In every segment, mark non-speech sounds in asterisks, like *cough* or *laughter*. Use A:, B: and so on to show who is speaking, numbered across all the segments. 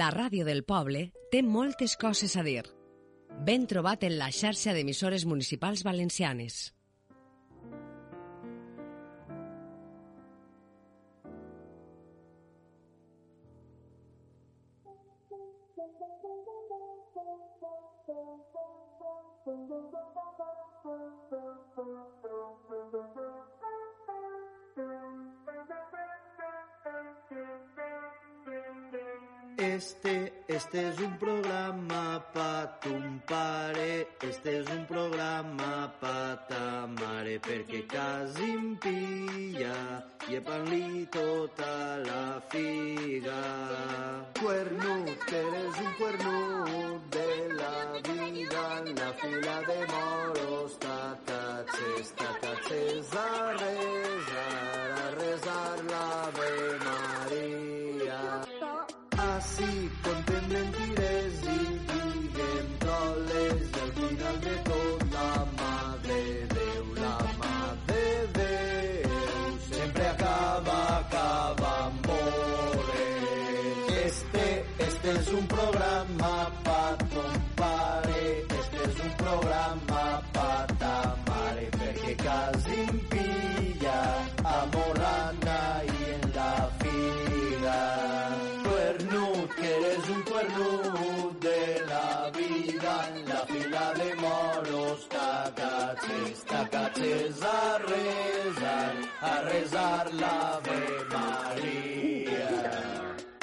A: La ràdio del poble té moltes coses a dir. Ben trobat en la xarxa d'emissores municipals valencianes.
B: Este, este es un programa pa tumpare, este es un programa pa ta mare, perquè quasi em pilla i epan-li tota la figa. Cuernut, que eres un cuernut de la vida, en la fila de moros, tataches, tataches, a resar, a resar l'Ave Maria. Así contemplen tires y diguen troles i al final de tot la Madre Déu, la Madre Déu sempre acaba, acaba amb boles. Este, este es un programa pa compare, este es un programa pa ta mare, perquè quasi em pilla a Morana i en la figa. Cuernut, que eres un cuernut de la vida, en la fila de moros, tacaches, tacaches, a rezar, a rezar l'Ave Maria.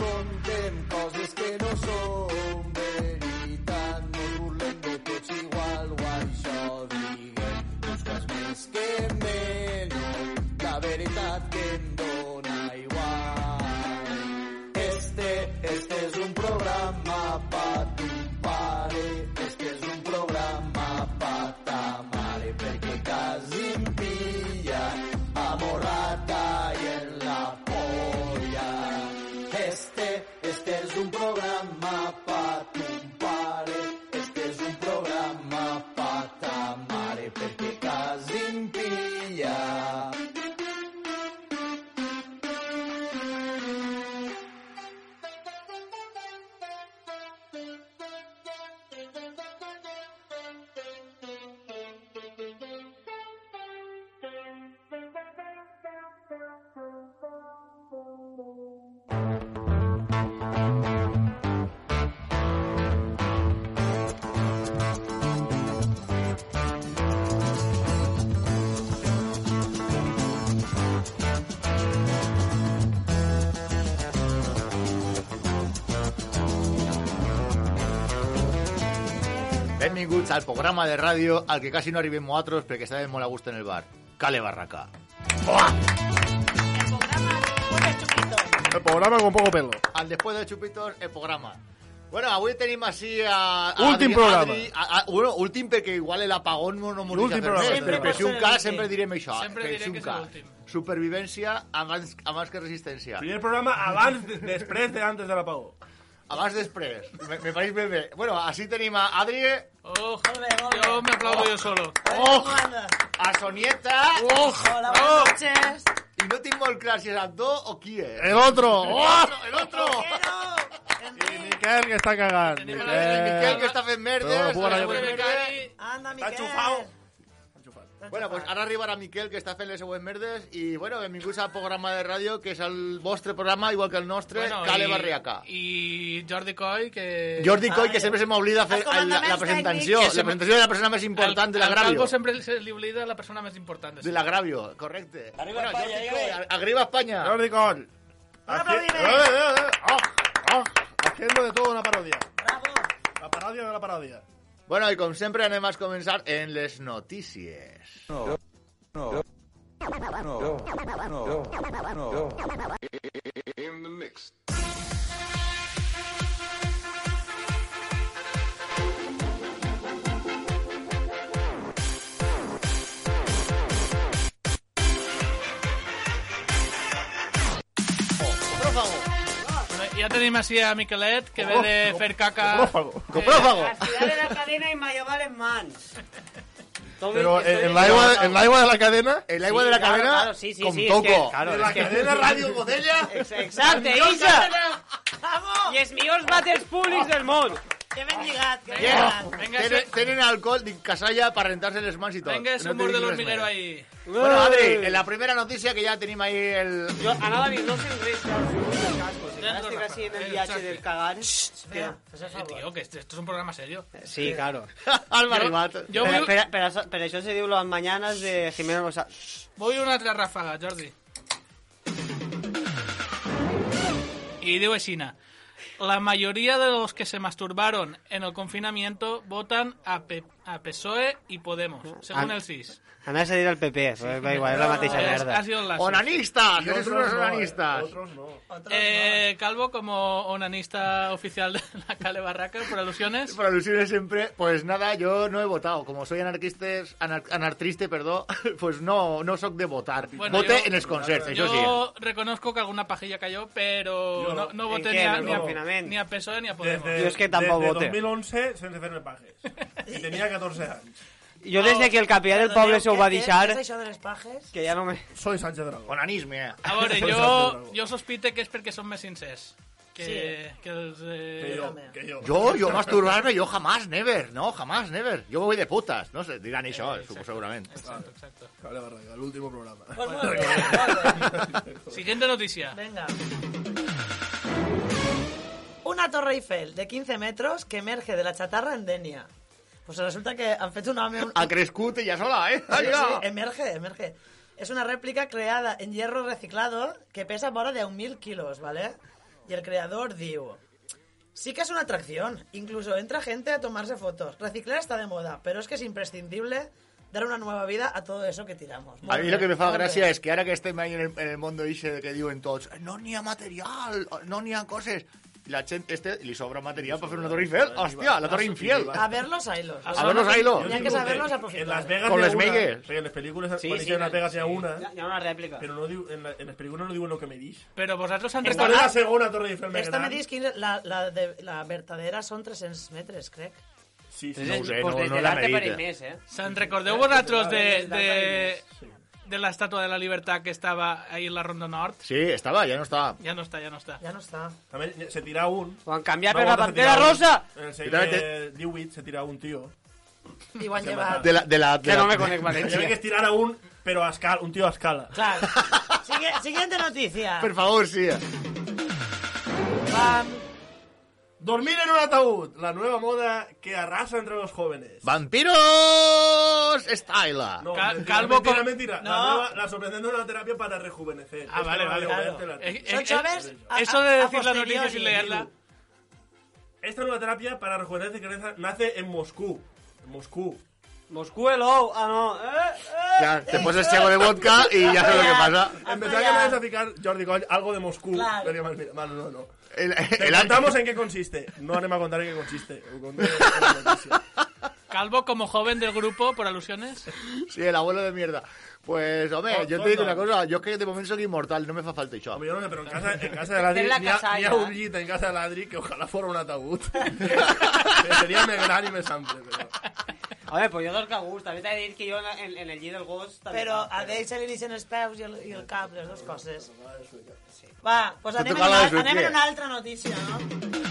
B: Contem coses que no són veritat, no burlem de tots igual, o això diguem, uns quants més que menys, la veritat que em dóna igual. Este, este és un programa pa tu pare, este és un programa pa ta mare, perquè quasi em pilla, amorata i en la polla. Este, este es un programa pa tu pare, este es un programa pa ta mare, perquè quasi em pilla.
C: Benvinguts al programa de ràdio al que quasi no arribem nosaltres perquè estàvem molt a gust en el bar. Cale Barraca.
D: El programa con poco pelo.
C: Al després de Chupitos, el programa. Bueno, avui tenim així a... a
D: Últim programa.
C: a, a, bueno, últim perquè igual l'apagón no, no mos
D: L'últim
C: deixa fer
D: programa.
C: més,
D: Sempre
C: però
D: pot
C: si un
E: ser
C: cas
E: l'últim.
C: sempre direm això.
E: Sempre
C: que
E: diré
C: si un
E: que és
C: cas.
E: l'últim.
C: Supervivència abans, abans que resistència.
D: Primer programa abans, de- després de antes de l'apagó.
C: Abans després. Me, me pareix bé bé. Bueno, així tenim a Adri,
E: Oh, yo me aplaudo yo solo.
C: oh, a Sonieta,
E: Oh,
F: Hola,
E: oh.
F: buenas noches.
C: i no tinc molt clar si és Abdo o qui és.
D: El otro.
C: ¡Oh!
D: ¡Oh!
C: ¡El otro!
F: Quiero. Enric.
D: Miquel que està cagant.
E: Tenim
D: Miquel.
E: a
C: El Miquel que està fent merdes.
D: Però, bueno,
C: està
D: jo
C: fent
D: crec
C: merdes.
F: Anda,
D: Està
F: Miquel.
D: xufao.
C: Bueno, pues ara arribarà Miquel, que està fent les seues merdes, i, bueno, benvinguts al programa de ràdio, que és el vostre programa, igual que el nostre, bueno, Cale Barriaca. I...
E: Y Jordi Coy, que...
C: Jordi
F: Ah,
C: Coy, que
F: ja.
C: sempre se m'oblida fer
F: Els
C: la, la,
F: comandaments
C: presentació,
E: tècnics.
C: la presentació de la persona més important de la
E: Al- al
C: ràdio.
E: Calvo sempre se li oblida la persona més important.
C: De la ràdio, correcte.
G: Arriba Espanya,
C: Jordi
G: eh?
C: Coy, arriba Espanya.
D: Jordi Coll.
F: Un
D: Haci-
F: aplaudiment.
D: Eh, eh, eh.
C: Ah,
D: Oh, oh. Haciendo de todo una parodia.
F: Bravo.
D: La parodia de la parodia.
C: Bueno, i com sempre anem a començar en les notícies.
E: Bueno, ja tenim així a Miquelet, que ve de fer caca... Eh,
D: Coprófago.
C: Oh, Coprófago.
F: Dale la cadena y mayoval en mans.
D: Pero eh, en, en la agua, en la agua de la cadena...
C: El aigua
G: Sí,
C: de la
G: claro,
C: cadena,
G: claro, sí, sí,
C: com
G: sí,
C: toco.
G: es que- claro, *laughs*
D: De la cadena ràdio.
C: Godella.
G: Exacte, Isa.
F: ¡Vamos!
G: i els millors vàters públics del món.
F: Que ben lligat, que ben
C: Yeah.
F: lligat.
E: Venga,
C: Tenen,
E: ese-
C: tenen alcohol de casalla para rentarse les mans y todo.
E: Venga, es
C: No
E: un humor
C: te
E: del
C: digas
E: hormiguero
C: nada.
E: ahí.
C: Bueno, Adri, en la primera noticia que ya tenemos ahí el...
G: Jo anava a dir, no sé res, *laughs* però si vull el casco. Si
E: Ja,
G: ja estic
E: Rafa,
G: així en
E: eh,
G: el viatge
E: exacte.
G: del cagant... Hòstia.
E: Eh, tío, que este- esto es un programa serio.
C: Eh,
G: Sí, *laughs* claro.
C: Alma Ribat.
E: Yo
G: per,
E: voy,
G: per, per, això- per això se diu los mañanas de Jimeno Rosa.
E: voy una otra ráfaga, Jordi. Y digo Esina. La mayoría de los que se masturbaron en el confinamiento votan a, Pe- a PSOE E y Podemos, según
G: Ah.
E: el CIS.
G: Anaves a dir el PP, però va igual, és la mateixa
E: Es-
G: merda.
E: ha sido la
C: ¡Onanistas! ¡Eres unos
D: no, eh,
C: onanistas!
D: Otros no.
E: Eh, Calvo como onanista oficial de la Cale Barraca por alusiones.
C: Por alusiones siempre, pues nada, yo no he votado. Como soy anarquista, anar- anartriste, perdón, *laughs* pues no, no soy de votar.
E: Bueno,
C: Voté
E: yo-
C: en los conciertos, eso sí.
E: Yo reconozco que alguna pajilla cayó, pero no, no
G: ¿En
E: voté
G: qué?
E: ni
G: ¿En
E: a,
G: el
E: ni, a-
G: confinamiento?
E: ni a PSOE E ni a Podemos.
D: Desde,
G: Jo és que tampoc
D: desde
G: vote.
D: 2011 sense fer-ne pajes. I tenia 14 anys.
G: Jo des de que el capellà del poble se ho va
F: Què-
G: deixar,
F: Què és això de les pajes?
G: que ja no me...
D: Soy Sánchez Dragón.
C: Onanisme, eh.
D: *laughs*
E: A veure,
D: Pues
E: jo,
D: Exacte.
E: jo sospite que és perquè som més sincers. Que, que els...
D: Que
E: Eh...
D: jo, que jo.
C: Yo, yo masturbarme, yo jamás, never, no, jamás, never. Yo voy de putas, no sé, dirán eso, supongo, seguramente.
E: Exacto, exacto.
D: Vale, Barraca, l'últim programa.
F: Pues molt bé, molt bé.
C: *laughs*
E: *laughs* Siguiente noticia.
F: Venga. Una torre Eiffel de 15 metros que emerge de la chatarra en Denia. Pues resulta que han fet
D: *laughs*
F: una... un-
C: A Crescute ya sola, eh.
F: Sí,
C: Ai,
F: sí,
C: ja.
F: emerge, emerge. Es una réplica creada en hierro reciclado que pesa ahora de 1.000 kilos, ¿vale? Y el creador dijo... Sí que es una atracción. Incluso entra gente a tomarse fotos. Reciclar está de moda, pero es que es imprescindible dar una nueva vida a todo eso que tiramos.
C: A
F: Molt
C: mí
F: bé,
C: lo que me fa
F: molt bé.
C: gracia es que ahora que estem ahí en el, en el mundo ese que digo en tots, no ni a material, no ni a cosas. La gente este li sobra material para hacer una Torre Eiffel. Hostia, la
D: Ah,
C: Torre Infiel.
F: A verlos, haylos.
C: A verlos, haylos.
F: Tenían que saberlos
D: En Las
F: aprofitar.
D: Vegas
C: Con
D: hi ha
C: les
D: una,
C: megues.
D: Perquè en les pel·lícules,
G: Sí,
D: sí, quan
G: sí,
D: sí, en Las Vegas hi ha una,
G: Hi ha- hi ha una rèplica.
D: però no diu, en, la, en les pel·lícules no diuen lo que me dis.
E: Pero vosotros han
D: Esta és la
E: recordado...
D: segona Torre Eiffel més
F: Esta
D: gran.
F: me dis 15, la, la, de, la vertadera son 300 metres, crec.
D: Sí, sí.
G: Entonces,
C: ho sé,
G: pues
C: no-
G: des
C: no
G: de
C: la
G: l'arte
C: medite.
G: pareix més, eh?
E: ¿San recordeu vosotros de, de,
G: Del Daimes,
E: de la Estatua de la Libertad que estaba ahí en la Ronda Norte?
C: Sí, estaba, ya no estaba.
E: Ya no está, ya no está.
F: Ja no està.
D: També se tira un.
G: Ho han canviat
D: Una
G: per la
D: volta se
G: Pantera
D: tira un.
G: Rosa.
D: En el
C: Literalmente.
D: segle XVIII se tira un, tio.
F: I ho han llevat.
C: De la, de la, de
G: Que
C: la-
G: no me conec
D: Ja ve que
G: València.
D: es tirara un, però a escala, un tio a escala.
F: Clar. Sigui- siguiente noticia.
C: Por favor, sí.
F: Pam.
D: Dormir en un ataúd, la nueva moda que arrasa entre los jóvenes.
C: Vampiros Styla.
D: No,
E: Cal-
D: mentira,
E: calvo
D: mentira,
E: con-
D: mentira.
F: No.
D: La, nueva, la sorprendente nueva terapia para rejuvenecer.
E: Ah, vale, vale,
D: nueva
F: claro.
D: terapia-
E: Eh, eh,
F: Son
E: eh,
F: chaves a-
E: Eso
F: a-
E: de
F: a
E: decir la noticia sin
F: posteriori.
E: leerla.
D: Esta nueva terapia para rejuvenecer que nace- nace en Moscú. En Moscú.
G: Moscú hello. Ah, no. Eh, eh.
C: Ya, te pones ciego de vodka y ya sabes lo que pasa.
D: Empezaba que me vayas a picar, Jordi Coll, algo de Moscú.
F: Claro.
D: Pero más, mira, mal, no, no.
C: El,
D: Te
C: el-
D: contamos en qué consiste. No haremos a contar en qué consiste. Ho conté en la noticia.
E: Calvo como joven del grupo, por alusiones.
C: Sí, el abuelo de mierda. Pues, hombre,
D: Con-
C: yo te digo
D: con-
C: una cosa. Yo es que de momento soy inmortal, no me fa falta eso.
D: Home, jo no sé, però en casa, en casa de l'Adri
G: En la
D: n'hi ha, n'hi ha
G: casalla.
D: un llit en casa de l'Adri que ojalà fora un ataúd. que *laughs* seria més gran i més ample, però...
G: Home, pues jo dos que gust. També t'he de dir que jo en, en, en el llit del gos... També
F: Però
G: faig,
F: a Dave se li deixen els peus i el, i el cap, les dues coses. Sí. Va, doncs anem, en
C: tocava
F: una,
C: la Suècia.
F: anem en una altra notícia, no?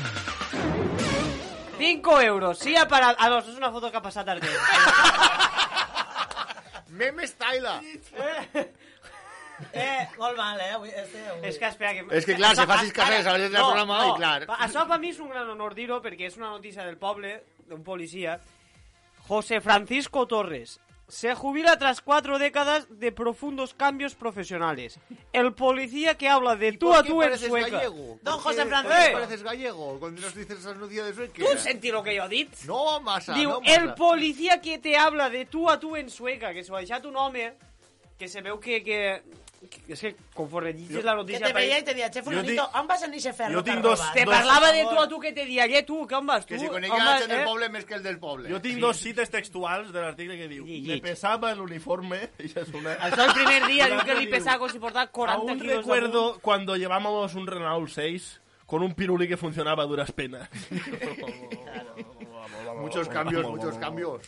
G: 5 euros. Sí, ha parat. Ah, no, això és una foto que ha passat al
C: *laughs* Meme Styla.
F: Eh, molt mal, eh? Avui, este, avui.
G: És que espera que...
C: És que, clar, si
G: Això-
C: facis
G: ara-
C: carrers, hauràs de
G: no,
C: programa
G: no.
C: i, clar.
G: Pa- Això per mi és un gran honor dir-ho perquè és una notícia del poble, d'un policia. José Francisco Torres se jubila tras cuatro décadas de profundos cambios profesionales. El policía que habla de tú a tú en sueca.
F: Don José
G: Eh.
F: Francisco.
C: pareces gallego? Cuando nos dices esas noticias de Sueca.
G: Tu sentí lo que jo he dit?
C: No, masa.
G: Diu,
C: no, masa.
G: el policia que te habla de tu a tu en sueca, que s'ho ha deixat un home que se veu que... que, que és que conforme llegis la
F: Que
G: notícia...
F: te veia i
G: apareix-
F: te deia, xef,
D: Jo
F: Fulanito,
D: tinc-
F: on vas en ixe ferro
D: jo
F: que
D: tinc
F: has
D: dos-
F: robat?"
G: Te
D: dos-
G: parlava de tu a tu que te dia, eh, tu, que on vas tu?
C: Que si conec
G: Home,
C: la gent del
G: eh?
C: poble més que el del poble.
D: Jo tinc dos cites textuals de l'article que diu
G: Llegit.
D: Me pesaba el uniforme *laughs* i ja és una...
G: Això el primer
C: *laughs*
G: dia diu que li
D: Diu,
G: pesava com si portava 40
D: Aún
G: quilos
D: recuerdo cuando llevábamos un Renault 6 con un piruli que funcionaba a duras penas.
C: Muchos cambios, muchos cambios.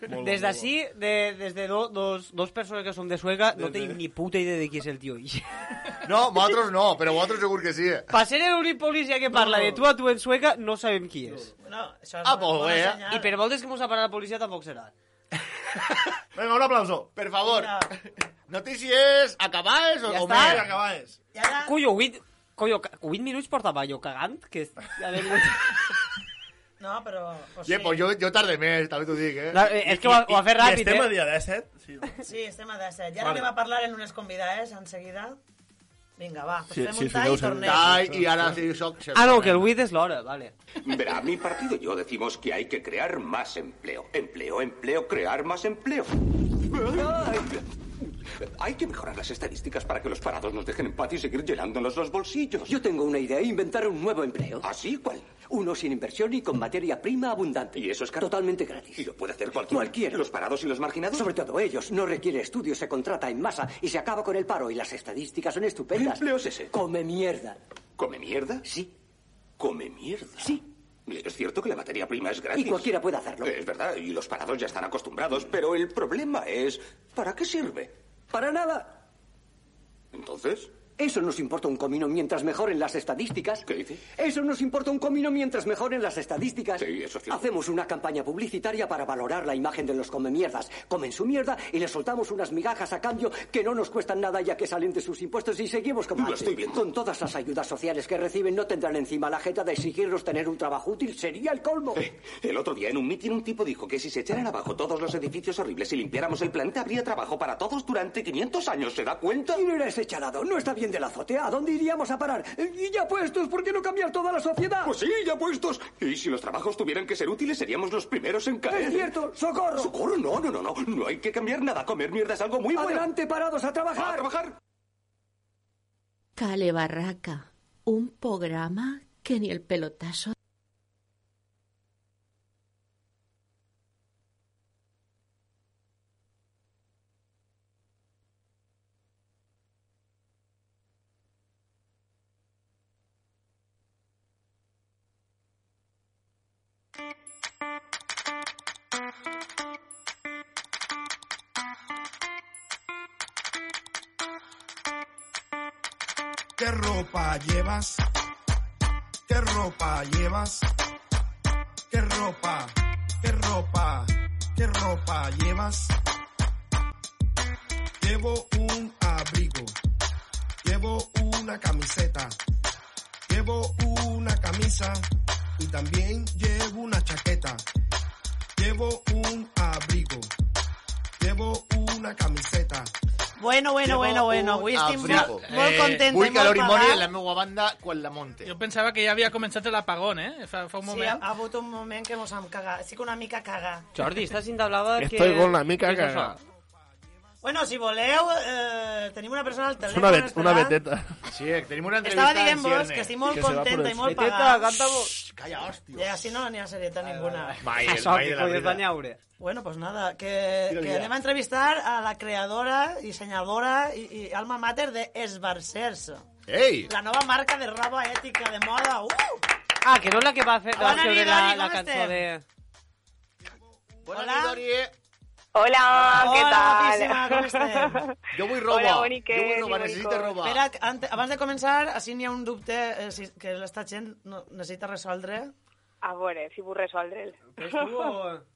C: *laughs*
G: Desde así, de, desde do- dos, dos personas que son de Sueca, no
D: Desde-
G: tengo ni puta idea de qui és el tio.
C: No, vosaltres no, però vosaltres segur que sí. eh.
G: Per ser l'únic policia que parla de tu a tu en sueca, no sabem qui és.
F: No, això és
C: Ah,
F: una
C: molt
F: bona
C: bé, eh?
F: senyal.
G: I per voltes que mos ha parat la policia tampoc serà.
C: Vinga, un aplauso, per favor.
F: Mira,
C: Notícies acabades o,
G: Ja
C: o
G: està.
C: més?
D: acabáis.
F: I ara...
G: Collo, 8, collo, 8 minuts portava jo cagant, que...
C: *laughs*
G: Ja
F: No, però... O
C: Sí, pues jo, jo tardé més, també t'ho dic, eh?
G: la, eh, és que ho, ha- ho ha fet
D: I
G: ràpid,
D: estem a
G: eh?
D: dia de set? Sí.
F: Sí, estem a 17. I
D: Vale.
F: ara anem a parlar en unes convidades, en seguida. Vinga, va, pues
D: Sí,
F: fem
D: sí,
F: un tall
D: fiqueu-se
F: i
D: en un
F: tornem.
C: Ai, i ara sí, soc...
G: Ah, no, que el 8 és l'hora, vale.
H: Verá, mi partido y yo decimos que hay que crear más empleo. Empleo, empleo, crear más empleo. Hay que mejorar las estadísticas para que los parados nos dejen en paz y seguir llenándonos los bolsillos.
I: Yo tengo una idea, inventar un nuevo empleo.
H: ¿Así? ¿Cuál?
I: Uno sin inversión y con materia prima abundante.
H: ¿Y eso es caro?
I: Totalmente
H: Y
I: gratis.
H: lo puede hacer cualquiera.
I: Cualquiera.
H: ¿Los parados y los marginados?
I: Sobre todo ellos, no requiere estudios, se contrata en masa y se acaba con el paro y las estadísticas son
H: ¿Qué
I: estupendas.
H: empleo es ese?
I: Come mierda.
H: ¿Come mierda?
I: Sí,
H: ¿Come mierda?
I: sí.
H: Es cierto que la materia prima es gratis.
I: Y cualquiera puede hacerlo.
H: Es verdad, y los parados ya están acostumbrados, pero el problema es, ¿para qué sirve?
I: Para nada.
H: Entonces,
I: Eso nos importa un comino mientras mejoren las estadísticas.
H: ¿Qué dice?
I: Eso nos importa un comino mientras mejoren las estadísticas.
H: Sí, eso es cierto.
I: Hacemos una campaña publicitaria para valorar la imagen de los come mierdas. Comen su mierda y les soltamos unas migajas a cambio que no nos cuestan nada ya que salen de sus impuestos y seguimos como
H: Lo
I: antes.
H: estoy viendo.
I: Con todas las ayudas sociales que reciben no tendrán encima la jeta de exigirnos tener un trabajo útil. Sería el colmo.
H: Eh, El otro día en un mitin un tipo dijo que si se echaran abajo todos los edificios horribles y limpiáramos el planeta habría trabajo para todos durante 500 años, ¿se da cuenta?
I: ¿Quién era ese charado? No está bien de la azotea. ¿A dónde iríamos a parar? Eh, Y ya puestos, ¿por qué no cambiar toda la sociedad?
H: Pues sí, ya puestos. Y si los trabajos tuvieran que ser útiles seríamos los primeros en caer.
I: es cierto. ¡Socorro!
H: Socorro, no, no, no, no. No hay que cambiar nada. Comer mierda es algo muy bueno.
I: Adelante, parados, a
H: A
I: trabajar.
H: trabajar.
J: Cale Barraca, un programa que ni el pelotazo.
K: ¿Qué ropa llevas? ¿Qué ropa llevas? ¿Qué ropa? ¿Qué ropa? ¿Qué ropa llevas? Llevo un abrigo. Llevo una camiseta. Llevo una camisa y también llevo una chaqueta. Llevo un abrigo. Llevo una camiseta.
F: Bueno, bueno, bueno, bueno. Avui
C: Llevo
F: estic
C: un
F: molt,
C: abrigo.
E: Eh,
F: molt contenta
C: Vull
F: i
C: que
F: molt
C: l'Ori mori
F: pagat.
C: de la meva banda quan la monte.
E: Jo pensava que ja havia començat l'apagón, eh? Fa, fa un
F: Sí, ah. ha,
E: moment.
F: ha hagut un moment que mos hem cagat. Sí que una mica cagat.
G: Jordi, estàs intablada que...
D: Estoy con la mica
G: que és
D: cagada.
G: això?
F: *laughs* Bueno, si voleu, eh, tenim una persona
D: Es
F: al telèfon
D: una, bet- una
F: esperant.
D: beteta.
C: Sí, que tenim una entrevista
F: Estava dient-vos
C: en
F: que estic
C: Cierne.
F: molt
D: Que se va por el
F: contenta i molt
G: Beteta,
F: pagada.
G: canta vos.
C: Calla, hòstia.
F: I així no n'hi ha serieta ninguna.
C: Mai,
G: Això,
C: mai
G: que
C: de la
G: coi és
C: vida.
G: de nyaure.
F: Bueno, pues nada, que,
C: Tira-li
F: Eh, que
C: ja.
F: anem a entrevistar a la creadora, dissenyadora i, i alma mater de Esbarcers.
C: Ei!
F: La nova marca de roba ètica, de moda. Uh!
G: Ah, que no és la que va fer va
F: Bona
G: escriure
F: nit,
G: la,
F: Dani,
G: la
F: com
G: cançó
F: estem?
G: de...
C: Bona
F: Hola.
C: nit, Ori.
L: Hola, ¿qué
F: Hola,
L: tal? *laughs*
F: guapíssima, com estem?
C: Jo vull roba.
L: Hola, boniquet
C: Jo vull
L: i
C: roba,
L: bonicot.
C: necessito roba.
F: Espera, que ante- abans de començar, així n'hi ha un dubte eh, si, que l'està gent no, necessita resoldre. eh.
L: A veure, si vull resoldre'l.
D: *laughs*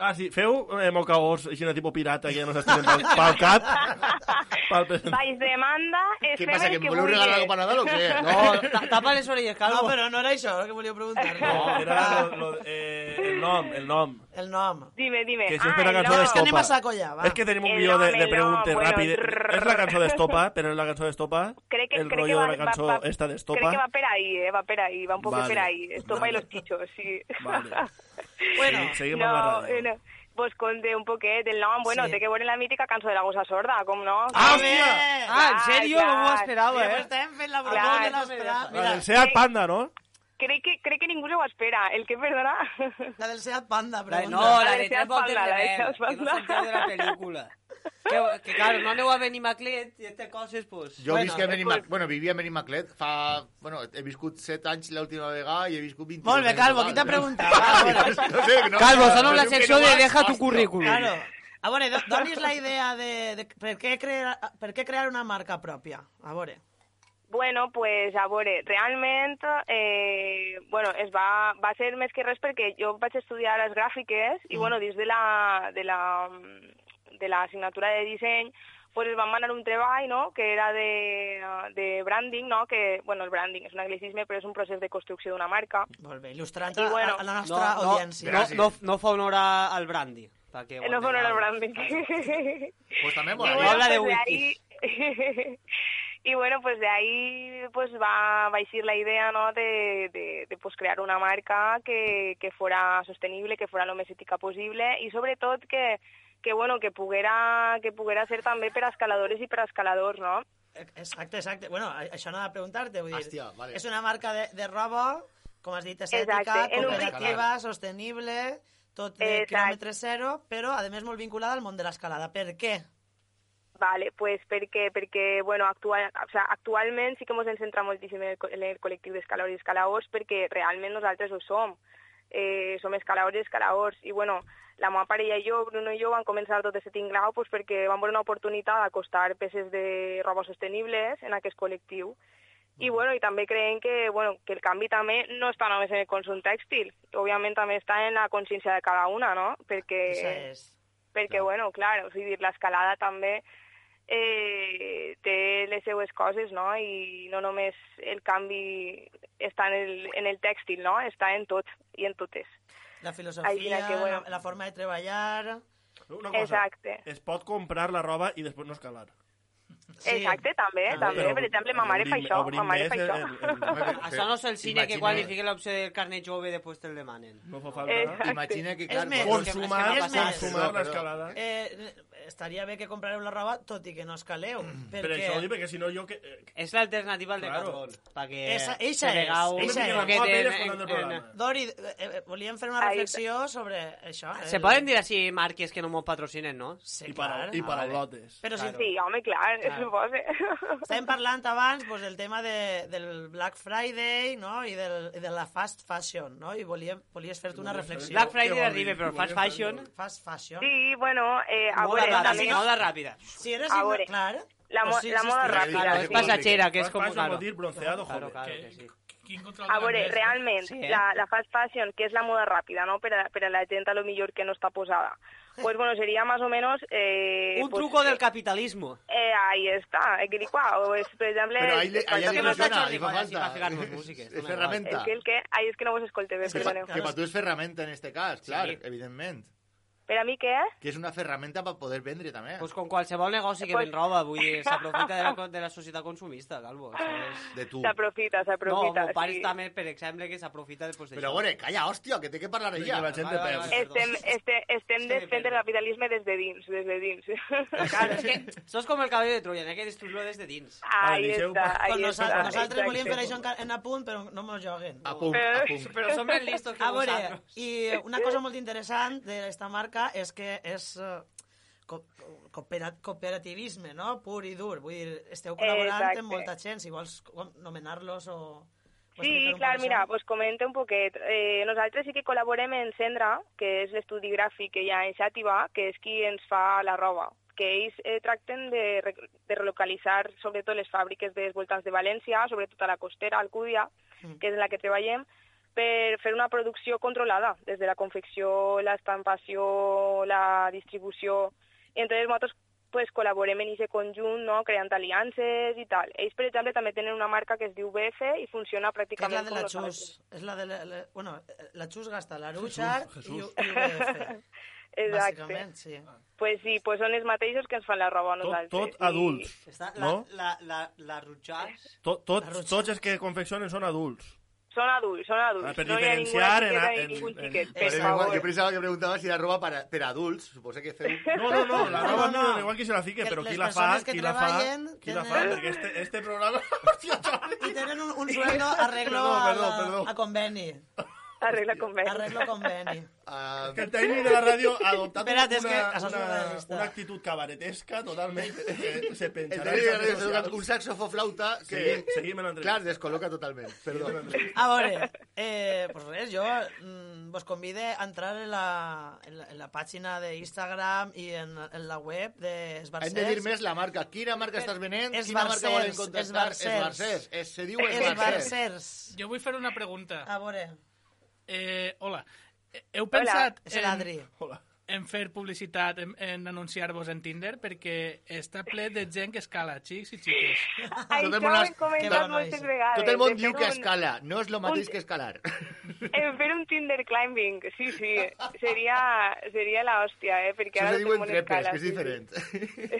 D: Ah, sí, feu eh, mocaors així de tipus pirata que ja no s'estimen pel, pel cap. Pel present.
L: Baix demanda,
C: Què
L: estem
C: passa,
L: el
C: que em
L: que
C: voleu
L: vulguis.
C: regalar algo para Nadal o què?
G: No, ta- tapa les orelles,
F: No,
G: calvo.
F: però no era això el que volia preguntar.
D: No, era lo,
C: Ah.
D: lo, eh, el nom, el nom.
F: El nom.
L: Dime, dime.
D: Que si és
L: Ah,
D: per la
L: el
D: cançó
L: nom.
F: És que anem
D: d'Estopa.
F: a saco ja, va.
D: És que tenim un
L: El
D: guió de,
L: nom,
D: de
L: el
D: preguntes
L: nom, bueno,
D: ràpides.
L: trrr.
D: És la cançó d'Estopa, però és la cançó d'Estopa.
L: Crec que,
D: El
L: crec que
D: rotllo
L: va,
D: de la cançó
L: va, va,
D: esta
L: Crec
D: d'Estopa.
L: que va per ahí, eh, va per ahí, va un poco
D: Vale,
L: per ahí. Estopa
D: vale.
L: y los chichos, sí. *laughs*
D: Vale.
F: Bueno,
D: Sí, seguim amb la
L: no, eh,
D: ràdio.
L: no. Vos conté un poquet el nom. Bueno,
F: Sí.
L: té que veure la mítica cançó de la gossa sorda, com no? Sí.
G: Ah, hòstia! Ah, en sèrio?
L: Clar,
G: No m'ho
L: clar.
G: esperava,
F: Però
G: eh?
F: estem fent la
L: Clar.
F: broma de l'esperar.
D: La
F: Mira,
D: del Seat
L: crec-
D: Panda, no?
L: Crec que, crec que ningú se ho espera. El que, perdona?
F: la del Seat Panda,
G: La,
F: pregunta.
G: no, la
L: La
G: de
L: de
G: tres
L: Seat
G: voltes
L: Panda, la de
G: rebel,
L: Seat
G: que no
L: Panda.
G: s'entén de la pel·lícula. Que, que claro, no aneu a Benimaclet i aquestes coses, pues...
C: Jo bueno, visc a Benimaclet, bueno, vivia a Benimaclet, fa... Bueno, he viscut 7 anys l'última vegada i he viscut 20
F: Molt bé, Calvo, qui t'ha
C: *laughs*
F: preguntat?
C: Ah,
F: Ah,
C: no sé, no,
G: Calvo,
C: no,
G: sona
C: no
G: la
C: sé què
G: secció
C: no
G: de
C: vas,
G: deja tu
C: hòstia.
G: currículum.
F: Claro. A veure, do- donis la idea de, de per, què crear, per què crear una marca pròpia. A veure.
L: Bueno, pues a veure, realment, eh, bueno, es va, va ser més que res perquè jo vaig estudiar les gràfiques i, bueno, dins de la, de la, de la assignatura de disseny, pues es va manar un treball, no?, que era de, de branding, no?, que, bueno, el branding és un anglicisme, però és un procés de construcció d'una marca.
F: Molt bé, il·lustrant
L: I
F: a,
L: bueno,
F: a la nostra
G: no,
F: audiència.
G: No, no, no fa honor a- al brandy. Perquè,
L: Eh, No fue el branding.
C: Pues también
G: mola. No habla de
L: ahí- *laughs* y bueno, pues de ahí pues va, va a ir la idea ¿no? de, de, de, pues crear una marca que, que fuera sostenible, que fuera lo més ètica possible i sobretot que, que, bueno, que poguera, que poguera ser també per a escaladores i per a escaladors, no?
F: Exacte, exacte. Bueno, a- això anava a preguntar-te. Vull dir,
L: Hòstia, vale.
F: És una marca de, de roba, com has dit, és ètica,
L: Exacte, en un
F: cooperativa, sostenible, tot de
L: Exacte.
F: quilòmetre zero, però, a més, molt vinculada al món de l'escalada. Per què?
L: Vale, pues perquè, perquè bueno, actual, o sea, actualment sí que ens centra moltíssim en el, co- en el col·lectiu d'escalaors i escalaors perquè realment nosaltres ho som. Eh, som escalaors i escalaors. I bueno, la meva parella i jo, Bruno i jo, vam començar tot aquest tinglao pues, perquè vam veure una oportunitat d'acostar peces de roba sostenibles en aquest col·lectiu.
F: Mm.
L: I, bueno, i també creiem que, bueno, que el canvi també no està només en el consum tèxtil, òbviament també està en la consciència de cada una, no? Perquè,
F: Això és...
L: perquè bueno, clar, o sigui, l'escalada també eh, té les seues coses, no? I no només el canvi està en el, en el tèxtil, no? Està en tot i en totes.
F: La filosofia,
L: mira, que bueno.
F: la forma de treballar...
D: Una cosa,
L: Exacte.
D: es pot comprar la roba i després no escalar.
L: Sí. Exacte, també,
D: Ah,
L: també.
D: però
L: Per exemple, ma mare fa
D: obrim-
L: això,
D: obrim
L: ma mare fa
D: més
L: això.
D: el- el- el-
G: Això no és el cine que
D: Imagina-
G: qualifica l'opció del carnet jove després te'l demanen.
D: No fa falta, no? Exacte.
C: Imagina que,
F: És
C: clar,
F: més,
C: vols-
D: consumar-
F: és més,
D: consumar Perdó, perdó. l'escalada.
F: Eh, estaria bé que comprareu la roba, tot i que no escaleu. Per
D: Per
F: què?
D: això ho dic, perquè si no jo... Que, eh,
G: Mm. És l'alternativa al
D: Claro.
G: Decathlon. Perquè
F: Esa,
G: se
F: eixa és.
G: vegau-
F: eixa
G: se
F: és.
G: veguen en- en-
F: Dori, eh, eh, volíem fer una
L: Ahí-
F: reflexió sobre això.
G: Ah,
F: eh?
L: Eh,
G: Se
F: el-
G: poden dir així marques que no mos patrocinen, no?
F: Sí, I para- clar. i
G: Ah, vale.
D: paraulotes.
F: Però si-
L: Sí, home, clar,
G: Clar.
L: suposa.
F: Estàvem parlant abans pues, del tema de, del Black Friday no? I, del, i de la fast fashion, no? I volíem, volies fer-te una reflexió.
G: Black Friday Què vol dir? arriba, però fast fashion-
F: Fast fashion.
L: Sí, bueno, eh, a
G: Moda
L: veure,
G: ràpida,
L: també...
G: moda ràpida.
F: Si eres
L: A
F: inno-
L: veure,
F: clar.
L: la, mo
F: Pues sí,
L: la
F: sí,
L: moda
F: sí,
L: ràpida.
G: Claro, és passatgera, que és
D: Fast
G: com...
D: fashion vol dir bronceado, joder.
G: claro que sí.
L: A veure, realment,
G: Sí, eh?
L: la, la fast fashion, que és la moda ràpida, no? per, a, per a la gent a lo millor que no està
G: *laughs*
L: posada, pues bueno, seria más o menos... Eh,
G: Un
L: pues,
G: truco del capitalismo.
L: Eh, ahí está, el guiricua, o es, por ejemplo...
C: Però ahí le-
L: el-
C: ahí
L: el-
C: le
L: que no
C: funciona,
L: està
C: li fa
L: Jordi
C: falta.
G: va ficar-nos músiques.
C: És
G: Home,
C: ferramenta.
L: És que el que... Ahí es que no vos escolte bé,
C: Que, pa,
L: perdoneu.
C: que pa tu és ferramenta en este cas, clar, sí. evidentment.
L: Per a mi què?
C: Que és una ferramenta per poder vendre, també.
G: Pues com qualsevol negoci
L: Eh, pues
G: que ven roba, vull dir, s'aprofita de, la, co- de la societat consumista, Calvo. Això és...
C: De tu.
L: S'aprofita, s'aprofita.
G: No, mon pare
L: sí.
G: també, per exemple, que s'aprofita després d'això.
C: Però a veure, calla, hòstia, que té que parlar
D: Vinga,
C: ella.
D: la gent de Vale, vale,
G: pèl.
L: Estem, este, estem desfent el capitalisme des de dins, des de dins.
G: Claro, és que sos com el cabell de Troia, n'hi ha que destruir-lo des de dins.
L: Ahí està, ahí
F: Pues nosa-
L: està.
F: nosaltres
L: exacte.
F: volíem fer això en, ca- en apunt, però no mos joguen.
C: Apunt,
L: Però-
C: apunt.
G: Però som més listos que
F: a veure,
G: vosaltres.
F: i eh, una cosa molt interessant d'esta marca és que és eh, co- coopera- cooperativisme, no? Pur i dur. Vull dir, esteu col·laborant
L: Exacte.
F: amb molta gent, si vols com- nomenar-los o... o explicar
L: *laughs* Sí,
F: un
L: clar,
F: poc
L: mira,
F: això.
L: pues comento un poquet. Eh, nosaltres sí que col·laborem en Cendra, que és l'estudi gràfic que hi ha en Xàtiva, que és qui ens fa la roba, que ells eh, tracten de, re- de relocalitzar sobretot les fàbriques dels voltants de València, sobretot a la costera, a Alcúdia, que és en la que treballem, per fer una producció controlada, des de la confecció, l'estampació, la distribució... I Entonces, nosaltres pues, col·laborem en aquest conjunt, no? creant aliances i tal. Ells, per exemple, també tenen una marca que es diu BF i funciona
F: Que és la
L: pràcticament
F: de
L: com
F: la
L: nosaltres.
F: Xus. És la de la... la bueno, la Xus gasta la Ruxa
L: Jesús,
F: i, i
L: Jesús.
F: UBF.
L: *laughs* Exacte.
F: Bàsicament, sí.
L: Pues sí, pues són els mateixos que ens fan la roba a nosaltres.
D: tot adults.
G: Està la,
D: No?
G: la, la, la Rutxars...
D: Tot, tots, tots els que confeccionen són adults.
L: Són adults, són adults.
D: Ah, per
L: no hi ha ningú
D: diferenciar en-
L: xiqueta ni
D: en-
L: ningú
D: en-
L: xiquet, per
C: Vale, igual,
L: favor.
C: jo pensava que preguntava si la roba para, per adults, suposa que feu...
D: No, no, no, la roba no, igual qui se la fique,
C: Que
D: però qui
C: les
D: la fa,
C: persones que
D: qui la fa,
C: treballen
D: qui la fa,
C: tenen-
D: perquè este, este programa...
F: I tenen un, un sueldo arreglo
D: Perdó, perdó,
F: a, la-
D: perdó.
F: a conveni.
L: Arregla conveni.
F: Arregla conveni.
C: Ah, que el tècnic de la ràdio ha adoptat
F: Espera't, és
C: una,
F: que has
C: una,
F: escoltat
C: una,
F: aquesta.
C: actitud cabaretesca totalment. Eh, se
D: El
C: pensarà...
D: tècnic de la ràdio s'ha
C: un saxofoflauta
D: que-
C: Seguim, en Clar, descol·loca totalment. Perdó.
F: A veure, eh, pues res, jo mm, vos convide a entrar en la, en la, en la pàgina d'Instagram i en, en la web
C: Hem
F: d'Esbarcers.
C: de dir més la marca. Quina marca estàs venent?
F: És
C: Quina marca volen
F: Barcers, és
C: contractar?
F: Barcers.
C: Barcers. Es, se diu
F: És
C: Esbarcers.
E: Jo vull fer una pregunta.
F: A veure.
E: Eh, hola. Eh, Heu
F: Hola.
E: pensat
F: És l'Adri.
E: Hola. en fer publicitat, en, en anunciar-vos en Tinder, perquè està ple de gent que escala, xics i xiques.
L: Ai,
C: Tot
L: això
C: el món
L: m'ho
C: es-
L: han comentat moltes vegades.
C: Tot el món
L: de
C: diu
L: fer
C: que
L: un-
C: escala. No és el mateix que escalar.
L: En Eh, fer un Tinder climbing, sí, sí. Seria, seria la hòstia, eh? Perquè
C: Això se
L: ara tot
C: diu
L: el món
C: en trepes,
L: escala.
C: que és
L: sí, sí.
C: diferent.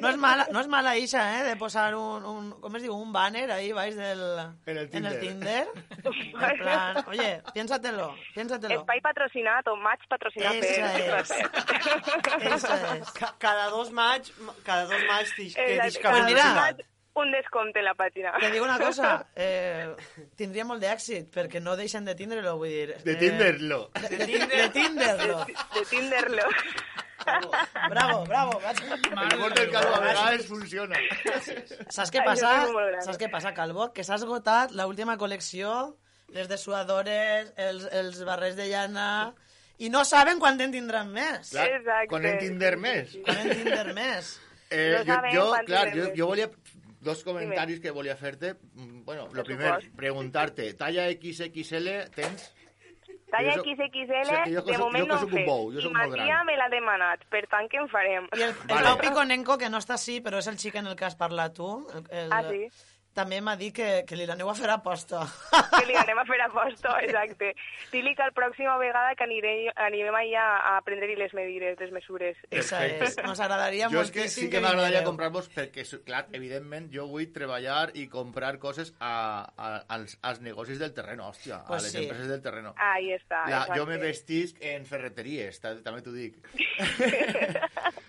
F: No és mala, no és mala ixa, eh, de posar un, un com es diu, un banner ahí baix del... En el En el Tinder.
L: Tinder. *laughs*
F: en plan, oye, piénsatelo, piénsatelo.
L: Espai patrocinat o match patrocinat
F: Esa
L: per...
F: és. Esa és.
G: Ca- Cada dos maig, cada dos maig dis, que
L: Exacte.
G: disca
L: Pues mira,
G: publicitat.
L: Un descompte en la pàgina.
F: Te digo una
C: *laughs*
F: cosa, eh, tindria molt d'èxit, perquè no deixen de Tinder-lo, vull dir...
C: De
F: eh,
C: Tinder-lo.
F: De, de, de
C: *laughs*
F: Tinder-lo.
L: De Tinder-lo.
F: Bravo, bravo.
C: El món del calvo a vegades funciona.
F: Saps què
C: Ai,
F: passa?
C: jo soy molt gran.
F: Saps què passa, Calvo? Que s'ha esgotat l'última col·lecció, les dessuadores, els, els barrers de llana... I no saben quan en tindran més.
C: Clar, Con el Tinder més.
F: Quan en Tinder més.
C: Eh,
F: No
C: yo,
F: saben
C: yo,
F: cuántos
C: claro, yo,
F: meses.
C: yo volía dos comentarios que volía hacerte. Mm, Bueno, lo primero,
L: supuesto.
C: preguntarte, talla XXL, tens?
L: Talla
C: Jo soc- o
L: XXL,
C: sigui que jo
L: de
C: soc-
L: moment
C: jo que
L: no en
C: soc un
L: fem.
C: bou, jo
L: I
C: soc molt
L: Matia
C: gran.
L: me l'ha demanat, per tant, què en farem?
F: I el, El Pau Piconenco, que no està així, però és el xic en el que has parlat tu, el, el,
L: Ah, sí?
F: també m'ha dit que, que li l'aneu a fer aposta.
L: que li anem a fer
C: *laughs*
L: aposto, exacte. Dili que la pròxima vegada que aniré, anirem allà a prendre-hi les medires, les mesures.
C: Perfecte.
F: és. Nos agradaria
C: jo és que sí
F: moltíssim que
C: que m'agradaria
F: vinguereu.
C: comprar-vos perquè, so- clar, evidentment, jo vull treballar i comprar coses a, a, als, als negocis del terreno, hòstia,
L: Pues
C: a les
L: sí.
C: empreses del terreno.
L: Ahí
C: La,
L: està. Ah, exacte.
C: jo me vestisc en ferreteries, ta- també t'ho
L: *laughs*
C: dic.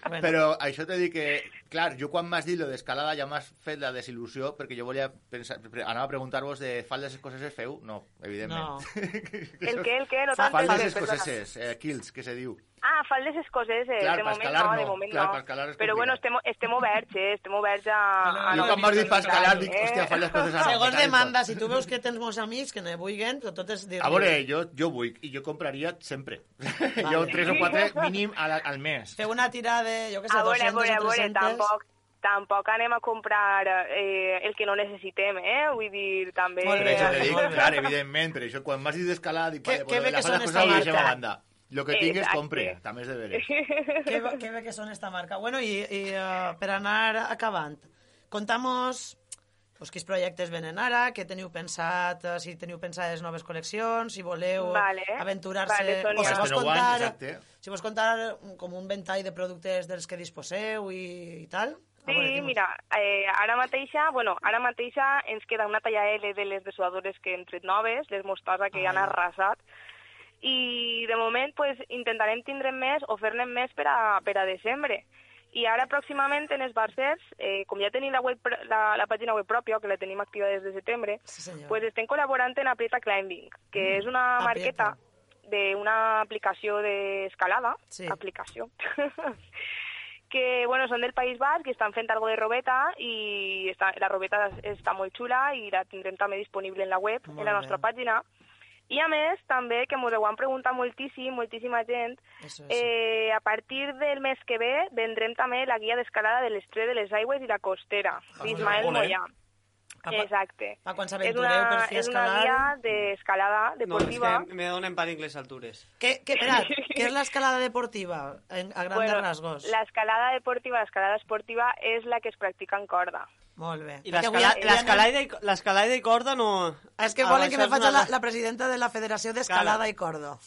C: bueno. Però això t'he dit que, clar, jo quan m'has dit lo d'escalada ja m'has fet la desil·lusió perquè jo volia pensar, pre- anava a preguntar-vos de faldes escoceses feu? No, evidentment. *laughs*
L: El què, el què? No tant,
C: faldes
L: faldes, perdona.
C: escoceses, eh, kilts, que se diu.
L: Ah, faldes escoceses.
C: Clar,
L: de
C: per
L: moment
C: escalar
L: no, de
C: no.
L: moment
C: Clar,
L: no.
C: per escalar és
L: Però bueno, estem, estem oberts, eh? Estem oberts a... a
C: Jo quan m'has dit per escalar, dic,
L: Eh?"
C: hòstia, faldes escoceses. no,
F: Segons
C: me cago en tot.
F: demanda, si tu veus que tens molts amics que ne vulguen, però tot és dir
C: A veure, jo, jo vull, i jo compraria sempre. *laughs* Vale. Jo tres o quatre mínim al, al mes.
F: Feu una tirada, jo què sé,
L: A veure, a
F: 200
L: veure, a
F: o
L: veure,
F: 300...
L: tampoc, tampoc anem a comprar eh, el que no necessitem, eh? Vull dir, també...
C: Per això te
F: *laughs*
C: dic, clar, evidentment, per això quan m'has dit d'escalada, dic, vale,
F: què
C: pues,
F: ve que
C: la
F: són
C: falda
F: esta
C: escocesa ho deixem a
F: marca?
C: banda. Lo que tinc és
F: Exacte.
C: compre, també és de veres.
F: Qué, bo- qué bé que son esta marca. Bueno, i, i uh, per anar acabant, contamos pues, quins projectes venen ara, què teniu pensat, eh, si teniu pensades noves col·leccions, si voleu
L: Vale.
F: aventurar-se...
L: Vale, Sonia.
F: o
C: Pues
F: si
L: Els
F: vols
L: teniu guany,
F: contar,
L: exacte.
F: si vols contar mm, com un ventall de productes dels que disposeu i, i tal. A veure,
L: Sí,
F: diu.
L: mira, eh, ara mateixa, bueno, ara mateixa ens queda una talla L de les dessuadores que hem tret noves, les mostassa
F: Ah,
L: que ja han arrasat, i de moment pues, intentarem tindre més o fer-ne més per a, per a desembre. I ara pròximament en els Barcers, eh, com ja tenim la, web, pr- la, la pàgina web pròpia, que la tenim activa des de setembre,
F: sí,
L: pues estem col·laborant en Aprieta Climbing, que
F: Mm,
L: és una
F: Aprieta.
L: marqueta d'una aplicació d'escalada,
F: Sí.
L: aplicació, que, bueno, són del País Basc i estan fent algo de robeta i està, la robeta està molt xula i la tindrem també disponible en la web, en
F: Molt
L: la
F: bé.
L: nostra pàgina. I a més, també, que m'ho ho han preguntat moltíssim, moltíssima gent,
F: Eso, eso.
L: eh, a partir del mes que ve vendrem també la guia d'escalada de l'estrella de les aigües i la costera, d'Ismael
F: Ole.
L: Mollà.
F: Ah, pa-
L: Exacte.
F: pa quan
L: és
F: s'aventureu per
L: una,
F: fi a
L: és una
F: escalar.
L: guia d'escalada
G: No, és
L: deportiva.
G: que me donen pànic les altures.
F: Doncs Què,
L: *laughs*
F: què, espera, què és l'escalada deportiva, en, a grans
L: Bueno,
F: rasgos?
L: l'escalada deportiva, l'escalada esportiva és la que es practica en corda.
F: Molt bé.
G: I
F: Perquè avui-
G: l'escala-
F: avui anem-
G: l'escalada i, l'escalada i corda no...
F: És que volen que me faci la, la presidenta de la Federació d'Escalada i
G: *laughs*
F: Cordo.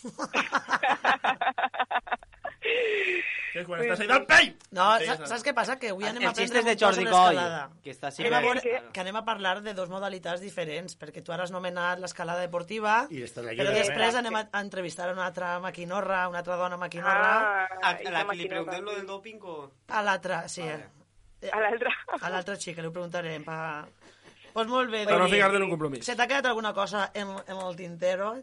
D: Que quan
F: Sí,
D: estàs
F: sí.
D: allà, pell!
F: No,
D: Sí,
F: sa- saps què passa? Que avui anem a
G: El xiste
F: aprendre
G: és Ah, de
F: molt coses
G: Jordi
F: sobre
G: Coll,
F: escalada.
G: que està
F: anem a
G: sempre-
F: veure, que anem a parlar de dos modalitats diferents, perquè tu ara has nomenat l'escalada deportiva,
C: I esta és la
F: però
C: lliure,
F: després
C: eh?
F: anem a, a entrevistar una altra maquinorra, una altra dona maquinorra,
L: Ah,
G: A,
L: i
G: a la
L: la
G: que li
L: maquinota.
G: preguntem lo del doping o...
F: a l'altra, sí. eh.
L: A l'altra.
F: A l'altra xica, li ho preguntarem. Pa... Pues molt bé,
D: Per no
F: Dori.
D: ficar-te en un compromís.
F: Se t'ha quedat alguna cosa en, en el tintero?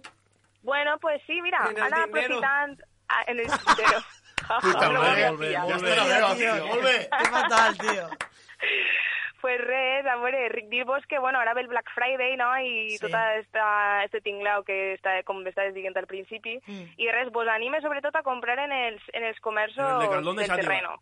L: Bueno, pues sí, mira,
G: En el
L: han
G: dinero.
L: aprofitant... Ah, en el
G: *laughs*
L: dinero.
C: *laughs* Puta
L: Lo
C: madre,
L: voy a pillar.
C: ja està la meva, tio, molt bé.
F: Qué fatal, tío.
L: Pues res, amore, ric dir-vos que, bueno, ara ve el Black Friday, no?, i
F: Sí.
L: sí. tot esta, este tinglau que està, com estàs dient al principi,
F: Mm.
L: i res, vos pues anime sobretot a comprar en els, en els comerços
D: En el Decathlon de
L: del
D: Xàtiva.
L: terreno.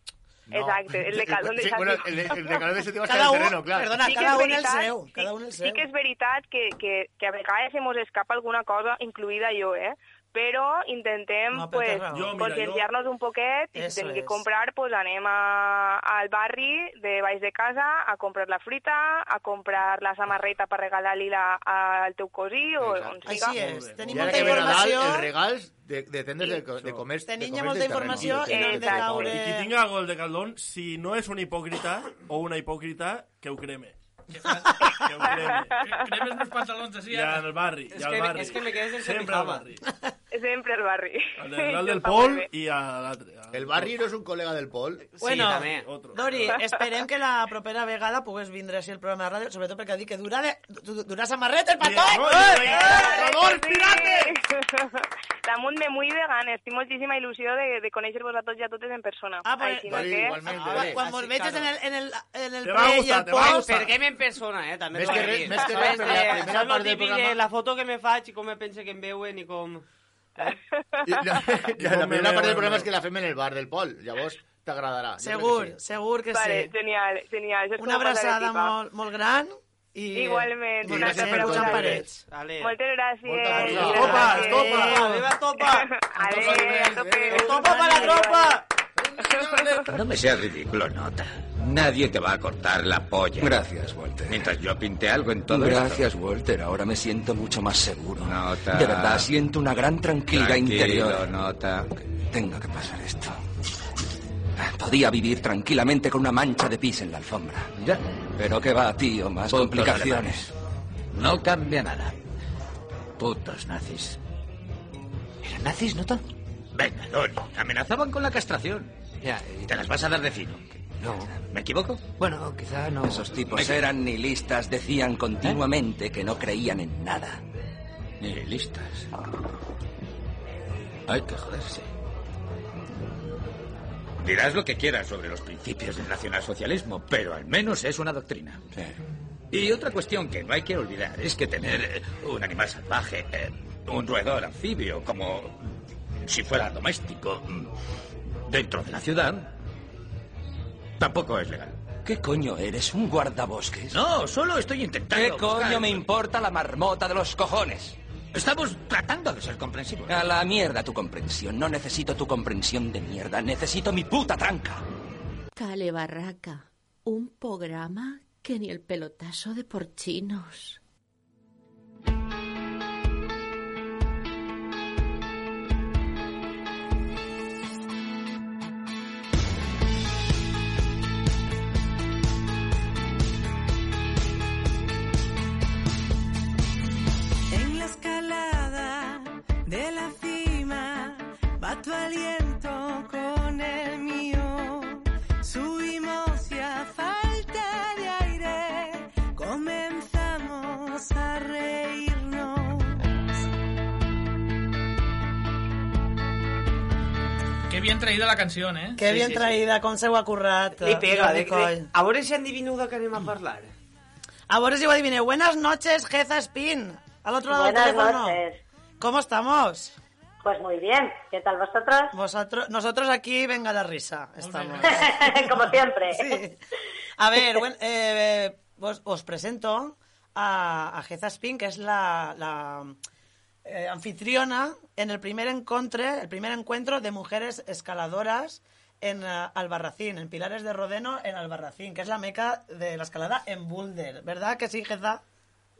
L: Exacte, el Decathlon de
C: Sí, bueno,
L: Xàtiva.
C: el, de- el de calor de Xàtiva
F: Cada
C: està
F: un-
C: en el terreno, clar.
F: perdona,
L: que
F: cada
L: és
F: un el
L: veritat,
F: seu, cada un el
L: Sí
F: seu.
L: que és veritat que, que, que a vegades se mos escapa alguna cosa, incluïda jo, eh? Però intentem
F: No, però
L: pues,
F: tens raó. Jo, mira,
L: conscienciar-nos un poquet i si
F: Eso
L: tenim que
F: es.
L: comprar, pues anem a, al barri de baix de casa a comprar la fruita, a comprar la samarreta per regalar-li la- al teu cosí o on
C: Exacte.
L: siga.
F: Així és. Tenim
C: I ara
F: molta
C: que ve Nadal,
F: informació.
C: els regals de, de tendes de, co- de comerç
F: Tenim
C: de comerç
F: molta
C: del terreno.
F: informació i no hem eh, de caure...
D: I qui tinga algo del Decathlon, si no és un hipòcrita o una hipòcrita, que ho creme. *laughs* Que ho creme.
L: *laughs*
E: Cremes meus pantalons així. eh?
D: I en el barri, i
G: És
D: al
G: que-
D: barri.
G: és que me quedé sense
D: Sempre al
G: pijama.
D: barri.
L: *laughs* Sempre al barri.
D: Al del del
L: Està
D: Pol
L: molt bé.
D: i a l'altre. al-
C: El barri no és un col·lega del Pol.
F: Bueno,
G: també.
D: Otro. *laughs*
F: Dori, esperem que la propera vegada pugues vindre així al programa de ràdio, sobretot perquè ha dit que durà, de, du- durà samarreta el
D: No,
F: pantó! Eh,
D: no,
F: eh,
D: Salvador,
L: *laughs*
D: pirate!
L: Damunt de muy vegan, estic moltíssima il·lusió de, de conèixer-vos a tots i a totes en persona.
F: Ah, pues-
L: Així
C: Dori,
L: que-
C: igualment,
F: Quan-
C: Dori.
F: Quan mos
G: Així,
F: veges en
G: claro.
F: el, en el, en el
D: Te va a
F: pre i
D: gustar,
F: el
D: te va a
F: post...
D: gustar.
G: Cerquem en persona, eh? També
C: Més
G: t'ho
C: que
G: he de
C: res-
G: dir.
C: més que res
G: Saps
C: per
G: de-
C: la primera
G: saps lo
C: part del
G: típic de
C: programa?
G: La foto que me faig i com me pense que em veuen i com...
C: I La, la,
D: Ponme
C: primera part
D: veu,
C: del programa
D: veu.
C: és que la fem en el bar del Pol. Llavors t'agradarà. Jo crec
F: Segur,
C: que sí.
F: segur que
L: Vale,
F: sí.
L: genial, genial. Això és
F: Una
L: com passar de
F: abraçada
L: pipa.
F: molt, molt gran i...
C: I
L: Igualment.
F: I gràcies
C: gràcies
F: per
C: per
F: posar
C: tot.
F: parets.
G: Ale.
L: Moltes gràcies.
C: Moltes gràcies.
L: Moltes gràcies.
D: Topa, topa.
G: Topa, viva topa!
L: Adéu, a tope.
G: Topa para la tropa!
H: No me seas ridículo, nota. Nadie te va a cortar la polla.
M: Gracias, Walter.
H: Mientras yo pinte algo en todo esto.
M: Gracias, Walter. Ahora me siento mucho más seguro.
H: Nota.
M: De verdad, siento una gran tranquilidad
H: Tranquilo,
M: interior.
H: nota.
M: Tenga que pasar esto. Podía vivir tranquilamente con una mancha de pis en la alfombra.
H: Ya.
M: Pero qué va, tío, más
H: Puntos
M: complicaciones.
H: No cambia nada. Putos nazis. ¿Eran nazis, nota? Venga, Dori. Amenazaban con la castración.
M: Ya, y-
H: Te las vas a dar de fino.
M: no.
H: ¿Me equivoco?
M: Bueno, quizá no. Esos tipos
H: Me-
M: eran nihilistas,
H: ¿Eh?
M: decían continuamente que no creían en nada. Ah.
H: Nihilistas. Hay que joderse. Dirás lo que quieras sobre los principios del nacionalsocialismo, pero al menos es una doctrina.
M: Sí.
H: Y otra cuestión que no hay que olvidar es que tener eh, un animal salvaje, eh, un roedor anfibio, como si fuera doméstico, mm, dentro de la ciudad, tampoco es legal.
M: ¿Qué coño eres? ¿Un guardabosques?
H: No, solo estoy intentando.
M: ¿Qué
H: buscar-
M: coño me importa la marmota de los cojones?
H: Estamos tratando de ser comprensivos.
M: A la mierda tu comprensión. No necesito tu comprensión de mierda. Necesito mi puta tranca.
J: Cale Barraca, un programa que ni el pelotazo de porchinos.
N: En la escalada de la cima va tu aliento con el mío. Subimos y a falta de aire comenzamos a reírnos.
E: Que bien traída la canción, eh?
F: Que
G: Sí,
F: bien
G: sí, sí.
F: traïda, com s'ho ha currat.
G: Li pega,
F: Jordi
G: de,
F: Coll.
G: de, a veure si endivino de què anem a parlar.
F: A veure si ho adivineu. Buenas noches, Jeza Spin. Al otro lado
O: Buenas
F: del teléfono.
O: noches.
F: ¿Cómo estamos?
O: Pues muy bien. ¿Qué tal vosotros?
F: Vosotros, nosotros aquí, venga la risa, estamos.
O: *laughs* Como siempre.
F: Sí. A ver, buen- eh, vos- os presento a, a Jeza Spin, que es la, la, eh, anfitriona en el primer encuentro, el primer encuentro de mujeres escaladoras en eh, Albarracín, en Pilares de Rodeno, en Albarracín, que es la meca de la escalada en Boulder. ¿Verdad que sí, Jeza?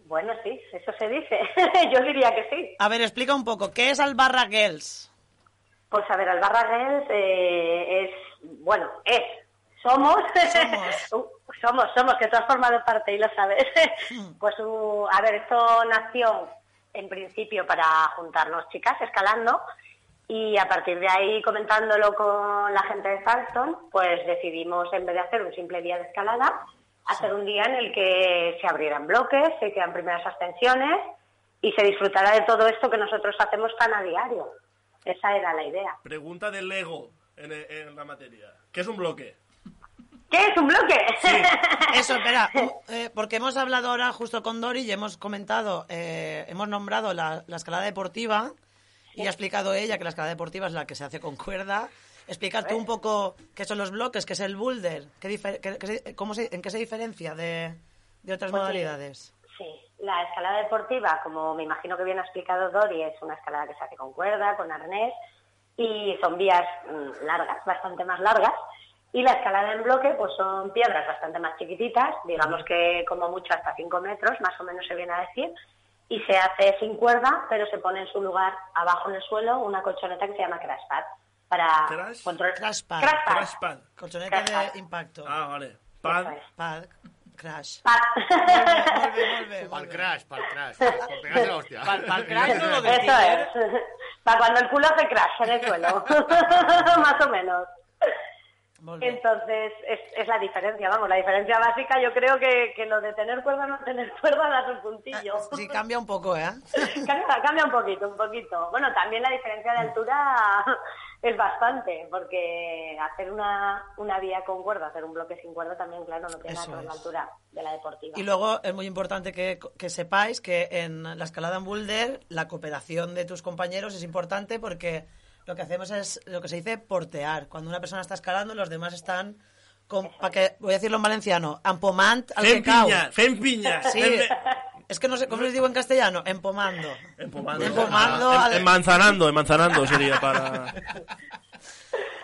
O: Bueno, sí, eso se dice. *laughs* Yo diría que sí.
F: A ver, explica un poco, ¿qué es Albarra Girls?
O: Pues a ver, Albarra Girls, eh, es, bueno, es, somos, *laughs* somos, somos, que tú has formado parte y lo sabes. *laughs* pues uh, a ver, esto nació en principio para juntarnos chicas escalando y a partir de ahí comentándolo con la gente de Falston, pues decidimos en vez de hacer un simple día de escalada, hacer un día en el que se abrieran bloques, se hicieran primeras ascensiones y se disfrutará de todo esto que nosotros hacemos tan a diario. Esa era la idea.
D: Pregunta de Lego en, en la materia. ¿Qué es un bloque?
O: ¿Qué es un bloque? *laughs*
F: Eso, espera, u- eh, porque hemos hablado ahora justo con Dori y hemos comentado, eh, hemos nombrado la, la escalada deportiva y ha explicado ella que la escalada deportiva es la que se hace con cuerda. Explicas tú un
O: Pues.
F: poco qué son los bloques, qué es el boulder, qué difer- qué- qué- cómo se- en qué se diferencia de, de otras
O: Pues sí.
F: modalidades.
O: Sí, la escalada deportiva, como me imagino que bien ha explicado Dori, es una escalada que se hace con cuerda, con arnés y son vías mm, largas, bastante más largas. Y la escalada en bloque, pues son piedras bastante más chiquititas, digamos que como mucho hasta 5 metros, más o menos se viene a decir, y se hace sin cuerda, pero se pone en su lugar, abajo en el suelo, una colchoneta que se llama crashpad para
D: Crash-
O: controlar...
F: Crashpad.
O: Crashpad.
D: Crashpad.
F: Colchoneta
O: Crash pad.
F: de impacto.
D: Ah, vale. Pad.
F: Pad, crash.
C: Pal crash, pal crash. Por pegarse la hostia.
G: Pal- pal
O: *laughs* Eso es. Para cuando el culo hace crash en el suelo. *laughs* Más o menos. Entonces, es, es la diferencia, vamos, la diferencia básica yo creo que, que lo de tener cuerda o no tener *laughs* cuerda da su puntillo.
F: Ah, Sí, cambia un poco, ¿eh?
O: *laughs* cambia, cambia un poquito, un poquito. Bueno, también la diferencia de altura *laughs* es bastante, porque hacer una, una vía con cuerda, hacer un bloque sin cuerda también, claro, no tiene nada que
F: Eso
O: ver la
F: es.
O: altura de la deportiva.
F: Y luego es muy importante que, que sepáis que en la escalada en boulder la cooperación de tus compañeros es importante porque lo que hacemos es lo que se dice portear. Cuando una persona está escalando, los demás están con, para que voy a decirlo en valenciano, empomant al
D: Fem
F: que cau.
D: pinya, fem pinya.
F: Sí.
D: Fem-
F: Es que no sé cómo les digo en castellano, empomando.
D: Empomando.
F: Empomando
D: Ah,
F: al-
D: em- Emanzanando, emanzanando sería para...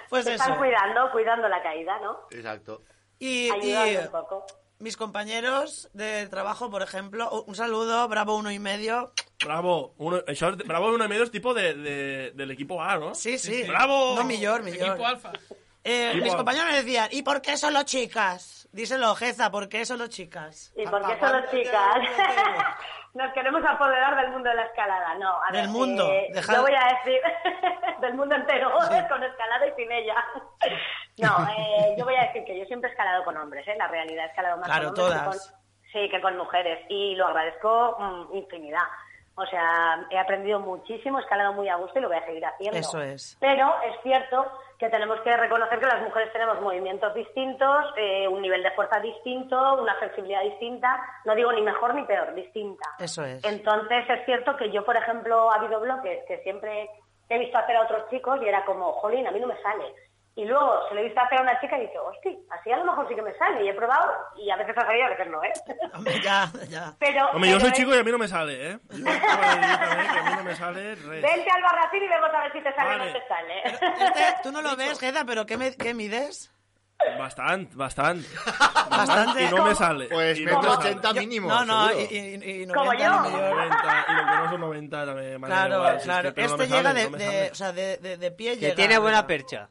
F: Pues
O: Se están
F: eso.
O: cuidando, cuidando la caída, ¿no?
C: Exacto.
F: Y, y
O: Ayudando un poco.
F: mis compañeros de trabajo, por ejemplo, un saludo, bravo uno y medio.
D: Bravo. Uno, això, és- bravo uno y medio es tipo de, de, del equipo A, ¿no?
F: Sí, sí.
D: Bravo.
F: No, millor, millor.
E: Equipo alfa.
F: Eh,
D: Equipo
F: mis
D: alfa.
F: compañeros me decían, ¿y por qué solo chicas? Díselo, Jeza, ¿por qué solo chicas?
O: ¿Y por qué solo chicas? *laughs* Nos queremos apoderar del mundo de la escalada, no. a
F: Del
O: ver,
F: mundo,
O: eh,
F: dejad-
O: Yo voy a decir *laughs* del mundo entero, *laughs* con escalada y sin
F: *laughs*
O: ella. No, eh, yo voy a decir que yo siempre he escalado con hombres, ¿eh? La realidad he escalado más
F: Claro,
O: con hombres que
F: todas.
O: con- sí, que con mujeres. Y lo agradezco mm, infinidad. O sea, he aprendido muchísimo, he escalado muy a gusto y lo voy a seguir haciendo.
F: Eso es.
O: Pero es cierto que tenemos que reconocer que las mujeres tenemos movimientos distintos, eh, un nivel de fuerza distinto, una flexibilidad distinta, no digo ni mejor ni peor, distinta.
F: Eso es.
O: Entonces es cierto que yo, por ejemplo, ha habido bloques que siempre he visto hacer a otros chicos y era como, jolín, a mí no me sale. Y luego se lo he visto hacer a una chica y dice, hostia, así a lo mejor sí que me sale. Y he probado y a veces ha salido, a veces no, ¿eh? *laughs*
F: Hombre, ya, ya.
O: Pero,
D: Hombre, yo
O: pero
D: soy
O: ven-
D: chico y a mí no me sale, ¿eh? Yo acabo de decir también que a mí no me sale res.
O: Vente al barracín y vemos a ver si te sale o
D: Vale.
O: no te sale.
F: Este, tú
O: *laughs*
F: no lo ves, Jeza, pero ¿qué, me- qué mides?
D: Bastante, bastante.
F: Bastante.
D: Y no me sale.
C: Pues
D: I no me
C: metro
D: sale.
C: 80 mínimo.
F: no, no,
C: seguro.
F: y, y, y
O: Como
F: 90
O: yo.
F: ni millor.
D: 90, y lo que no son 90 también. madre
F: *laughs* Claro,
D: mía, si es que
F: claro.
D: pero no
F: este
D: me
F: llega
D: sale,
F: de,
D: no me
F: de,
D: sale.
F: o sea, de, de, de pie
G: Que
F: llega.
G: tiene buena
F: llega.
G: percha.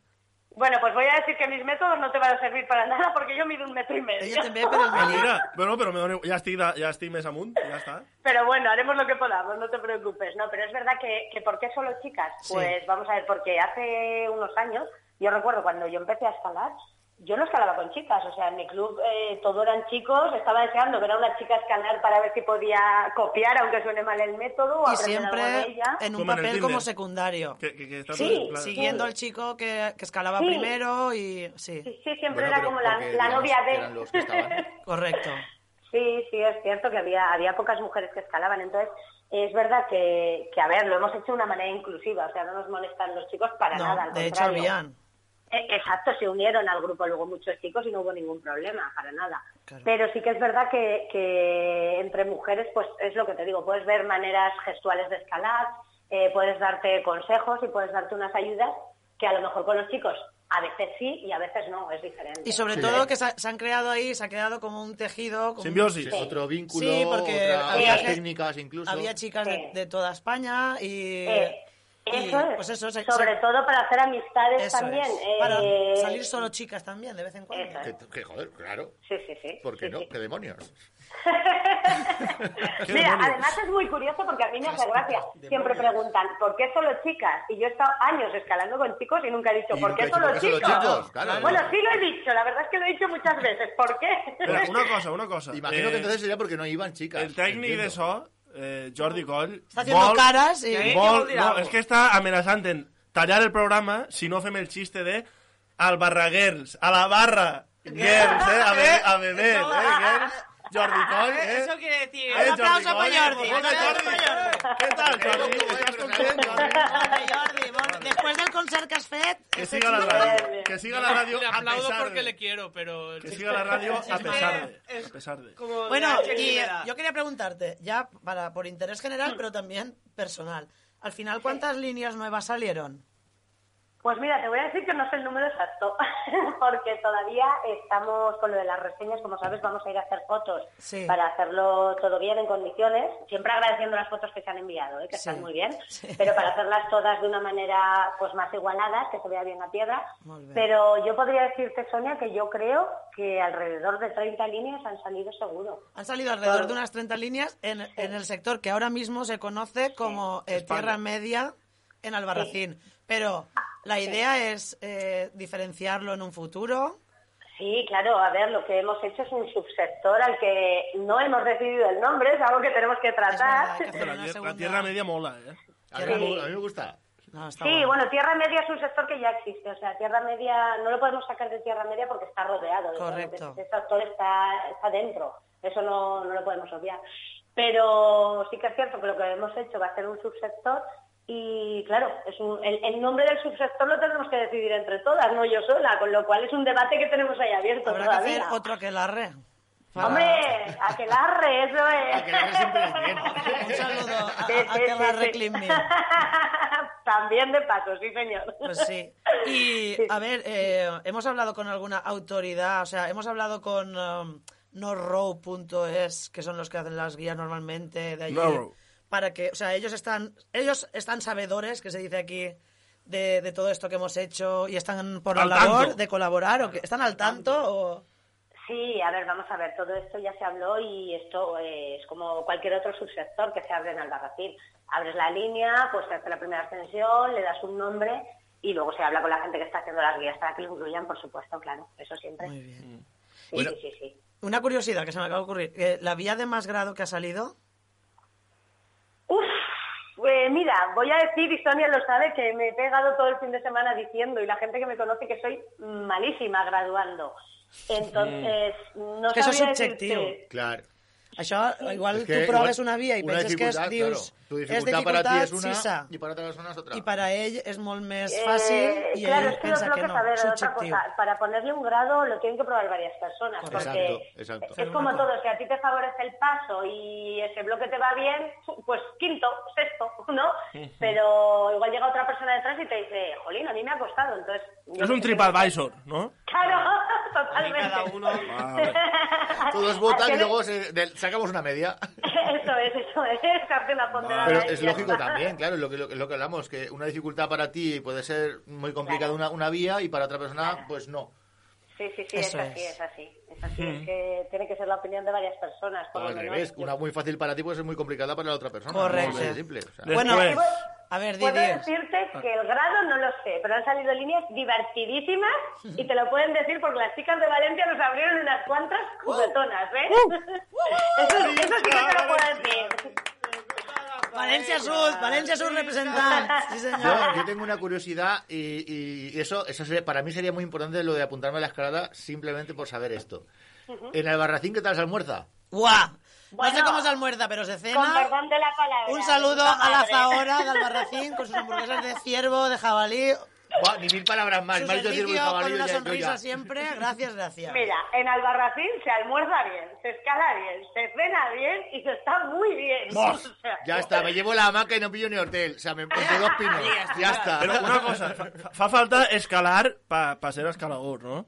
O: Bueno, pues voy a decir que mis métodos no te van a servir para nada porque yo mido un metro y medio.
F: Ella te ve,
O: *laughs*
F: pero el
D: Ah,
F: medio.
D: mira, bueno, pero me dona, ja, estic, de, ja estic més amunt, ja està.
O: Pero bueno, haremos lo que podamos, no te preocupes, ¿no? Pero es verdad que, que ¿por qué solo chicas?
F: Sí.
O: Pues vamos a ver, porque hace unos años, yo recuerdo cuando yo empecé a escalar, yo no escalaba con chicas, o sea, en mi club eh, todo eran chicos, estaba deseando ver a una chica escalar para ver si podía copiar, aunque suene mal el método, o
F: Y
O: aprender algo de
F: siempre
O: ella.
F: en un
D: Como en el
F: papel
D: Tinder.
F: como secundario.
D: Que, que, que està
O: Sí,
D: clar.
F: Siguiendo al chico que, que escalaba
O: Sí.
F: primero y... Sí,
O: Sí, sí, siempre
C: Bueno,
O: era
C: pero
O: como la,
C: porque
O: la
C: eran los-
O: novia de...
C: eran los que estaban.
F: correcto.
O: Sí, sí, es cierto que había, había pocas mujeres que escalaban. Entonces, es verdad que, que, a ver, lo hemos hecho de una manera inclusiva, o sea, no nos molestan los chicos para
F: No,
O: nada. Al
F: de hecho,
O: contrario.
F: habían.
O: Eh, Exacto, se unieron al grupo luego muchos chicos y no hubo ningún problema, para nada.
F: Claro.
O: Pero sí que es verdad que, que entre mujeres, pues es lo que te digo, puedes ver maneras gestuales de escalar, eh, puedes darte consejos y puedes darte unas ayudas que a lo mejor con los chicos a veces sí y a veces no, es diferente.
F: Y sobre todo que se, ha- se han creado ahí, se ha creado como un tejido... Como un-
D: Simbiosis.
C: Sí, Otro vínculo,
F: Sí, porque
C: otra-
F: había
C: otras
F: gente-
C: técnicas incluso.
F: Había chicas de,
O: Eh, Sí.
F: de toda España y...
O: Eh, eso
F: y,
O: es.
F: pues eso, se-
O: sobre
F: se-
O: todo para hacer amistades
F: eso
O: también.
F: es.
O: eh,
F: Para salir solo chicas también, de vez en cuando.
O: Eso es.
C: Que, que, joder, claro.
O: Sí, sí, sí.
C: ¿Por qué
O: Sí,
C: no?
O: sí.
C: ¿Qué demonios? ¿Qué
O: Mira,
C: demonios?
O: además es muy curioso porque a mí me hace gracia. Siempre preguntan, ¿por qué solo chicas? Y yo he estado años escalando con chicos y nunca he dicho,
C: Y
O: ¿por
C: nunca he
O: qué
C: dicho,
O: solo
C: ¿por qué solo
O: chicos?
C: chicos? Claro.
O: Bueno, sí lo he dicho, la verdad es que lo he dicho muchas veces. ¿Por qué?
D: Però una cosa, una cosa.
C: Imagino
D: Eh,
C: que entonces sería porque no iban chicas.
D: El tècnic
C: entiendo.
D: de so, eh, Jordi Coll...
F: Està haciendo caras i-
D: Vol,
F: Sí, que vol dir
D: no,
F: algo.
D: és que està amenaçant en tallar el programa si no fem el xiste de al Barraguers, a la barra, girls, eh, a, be a beber, eh, girls. Jordi Coll, eh?
G: Eso quiere decir.
D: Eh,
G: Un aplauso
D: Jordi,
G: para Jordi.
D: oye,
G: Un aplauso para Jordi.
D: Què tal, Jordi? Estàs content, Jordi?
F: Jordi, bon, després del concert que has fet...
D: Que
F: este
D: siga la
F: chico-
D: radio, que siga la radio
E: Le
D: a
E: aplaudo
D: pesar
E: porque
D: de...
E: le quiero, pero... el
D: Que
E: chiste-
D: siga la radio
E: el
D: a
E: chiste-
D: pesar de... A pesar de...
F: Bueno,
G: de H.
F: y eh,
G: Rivera.
F: yo quería preguntarte, ya para por interés
O: Mm.
F: general, pero también personal. Al final, ¿cuántas líneas nuevas salieron?
O: Pues mira, te voy a decir que no sé el número exacto, *laughs* porque todavía estamos con lo de las reseñas, como sabes, vamos a ir a hacer fotos
F: Sí.
O: para hacerlo todo bien en condiciones, siempre agradeciendo las fotos que se han enviado, ¿eh? que
F: Sí.
O: están muy bien, pero para hacerlas todas de una manera pues más igualada, que se vea bien la piedra. Pero yo podría decirte, Sonia, que yo creo que alrededor de 30 líneas han salido seguro.
F: Han salido alrededor
O: Claro.
F: de unas 30 líneas en, en el sector que ahora mismo se conoce como eh,
O: España.
F: Tierra Media en Albarracín. Pero la idea es eh, diferenciarlo en un futuro.
O: Sí, claro, a ver, lo que hemos hecho es un subsector al que no hemos decidido el nombre, es algo que tenemos que tratar.
D: Pero la, tier- la Tierra Media mola, eh?
O: A mí me- a
D: mí me gusta.
F: Ah,
O: Sí, bueno, Tierra Media es un sector que ya existe, o sea, Tierra Media no lo podemos sacar de Tierra Media porque está rodeado, de todo lo que
F: Correcto.
O: ese sector está, está dentro, eso no, no lo podemos obviar. Pero sí que es cierto que lo que hemos hecho va a ser un subsector y claro, es un- el, el nombre del subsector lo tenemos que decidir entre todas, no yo sola, con lo cual es un debate que tenemos ahí abierto.
F: Habrá que hacer
O: todavía.
F: otro
O: *laughs*
F: aquelarre. para-
O: Hombre, aquelarre, eso
F: *laughs*
O: es.
F: Un saludo a,
O: Sí, sí,
F: a aquelarre
O: sí, sí.
F: Clean Me.
O: También de paso, sí señor.
F: Pues sí. Y, a ver, eh, hemos hablado con alguna autoridad, o sea, hemos hablado con um, norrow.es, que son los que hacen las guías normalmente de allí.
D: Norrow.
F: Para que, o sea, ellos están, ellos están sabedores, que se dice aquí, de, de todo esto que hemos hecho y están por la
D: Al
F: labor
D: tanto.
F: de colaborar o que están al tanto o...
O: Sí, a ver, vamos a ver, todo esto ya se habló y esto eh, es como cualquier otro subsector que se abre en Albarracín. Abres la línea, pues te hace la primera ascensión, le das un nombre y luego se habla con la gente que está haciendo las guías para que lo incluyan, por supuesto, claro, eso siempre.
F: Muy bien.
O: Sí,
F: Bueno.
O: sí, sí, sí.
F: Una curiosidad que se me acaba de ocurrir. eh, la vía de más grado que ha salido,
O: Eh, mira, voy a decir, y Sonia lo sabe, que me he pegado todo el fin de semana diciendo, y la gente que me conoce, que soy malísima graduando. Entonces, no
F: Es que eso es
O: sabría decirte-
F: subjectiu.
C: Claro.
F: Això, igual
C: Es
F: tu
C: que
F: proves
C: igual
F: una via i
C: una
F: penses que és,
C: dificultat,
F: dius...
C: claro. Tu
F: és
C: dificultat per a ti és
F: dificultat,
C: una,
F: sisa.
C: i per a altres persones otra.
F: I per a ell és molt més
O: Eh,
F: fàcil i
O: claro,
F: ell
O: es que yo
F: pensa
O: creo
F: que
O: que,
F: no,
O: a ver, otra
F: subjectiu.
O: cosa, para ponerle un grado lo tienen que probar varias personas,
F: Correcto.
O: porque
C: Exacto, exacto.
O: es como todo, si a ti te favorece el paso y ese bloque te va bien, pues quinto, sexto, ¿no? Pero igual llega otra persona detrás y te dice, jolín, a mí me ha costado, entonces... yo
D: És un TripAdvisor, no?
O: Claro, *laughs* totalmente.
G: *laughs*
D: Vale.
O: *laughs*
C: Todos votan y
O: Acciones-
C: luego se- del- sacamos una media.
O: *laughs* Eso es, eso es, hace la ponderada
C: Pero
O: ahí
C: es
O: y ya
C: lógico
O: está.
C: también, claro, lo que, lo, que- lo que hablamos, que una dificultad para ti puede ser muy complicada una, una vía y para otra persona, pues no.
O: Sí, sí, sí,
C: Eso
O: es así,
C: es.
O: es así. Es así,
C: Mm.
O: es que tiene que ser la opinión de varias personas.
C: O
O: por lo
C: al
O: menos.
C: revés, una muy fácil para ti puede ser muy complicada para la otra persona.
F: Correcto.
C: Es muy simple. o sea.
F: Bueno,
O: a
F: Pues, ver, Ah.
O: Puedo
F: Didier.
O: decirte que el grado no lo sé, pero han salido líneas divertidísimas y te lo pueden decir porque las chicas de Valencia nos abrieron unas cuantas
F: Uh.
O: juguetonas, ¿eh? *laughs* Eso, eso sí que te lo puedo decir.
F: València Sud, València Sud representant. Sí,
C: Yo,
F: senyor.
C: yo tengo una curiosidad y, y eso, eso sería- para mí sería muy importante lo de apuntarme a la escalada simplemente por saber esto. En Albarracín, ¿qué tal se almuerza?
F: Buah. no sé cómo se almuerza, pero se
O: Con
F: cena.
O: perdón de la palabra.
F: Un saludo
O: puta
F: a la
O: madre.
F: Zahora del Barracín con sus
C: *laughs*
F: hamburguesas de ciervo, de jabalí,
C: Buah, ni mil palabras más.
F: su
C: me ha dicho ciervo y
F: servicio con
C: jabalí,
F: una
C: ya- yo
F: sonrisa
C: ya.
F: siempre. Gracias, gracias.
O: Mira, en Albarracín se almuerza bien, se escala bien, se cena bien y se está muy bien.
C: Buah,
O: *laughs* O sea,
C: Ya está, me llevo la hamaca y no pillo ni hortel. O sea, me pongo dos pinos. *laughs* Ya está.
D: Però una cosa, fa, fa falta escalar pa, pa ser escalador, no?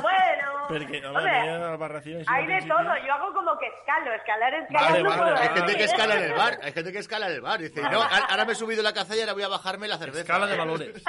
O: bueno.
D: Perquè, home,
O: hombre,
D: mira, el barració... així
O: hay
D: al
O: de
D: principi.
O: todo, yo hago como que escalo, escalar, escalar.
C: Vale,
O: no
C: vale,
O: puedo
C: Hay
O: decir,
C: gente que
O: ¿eh?
C: escala en el bar. Hay gente que escala en el bar. Dice, no, a- ahora me he subido la caza y ahora voy a bajarme la cerveza. Escala
D: de valores.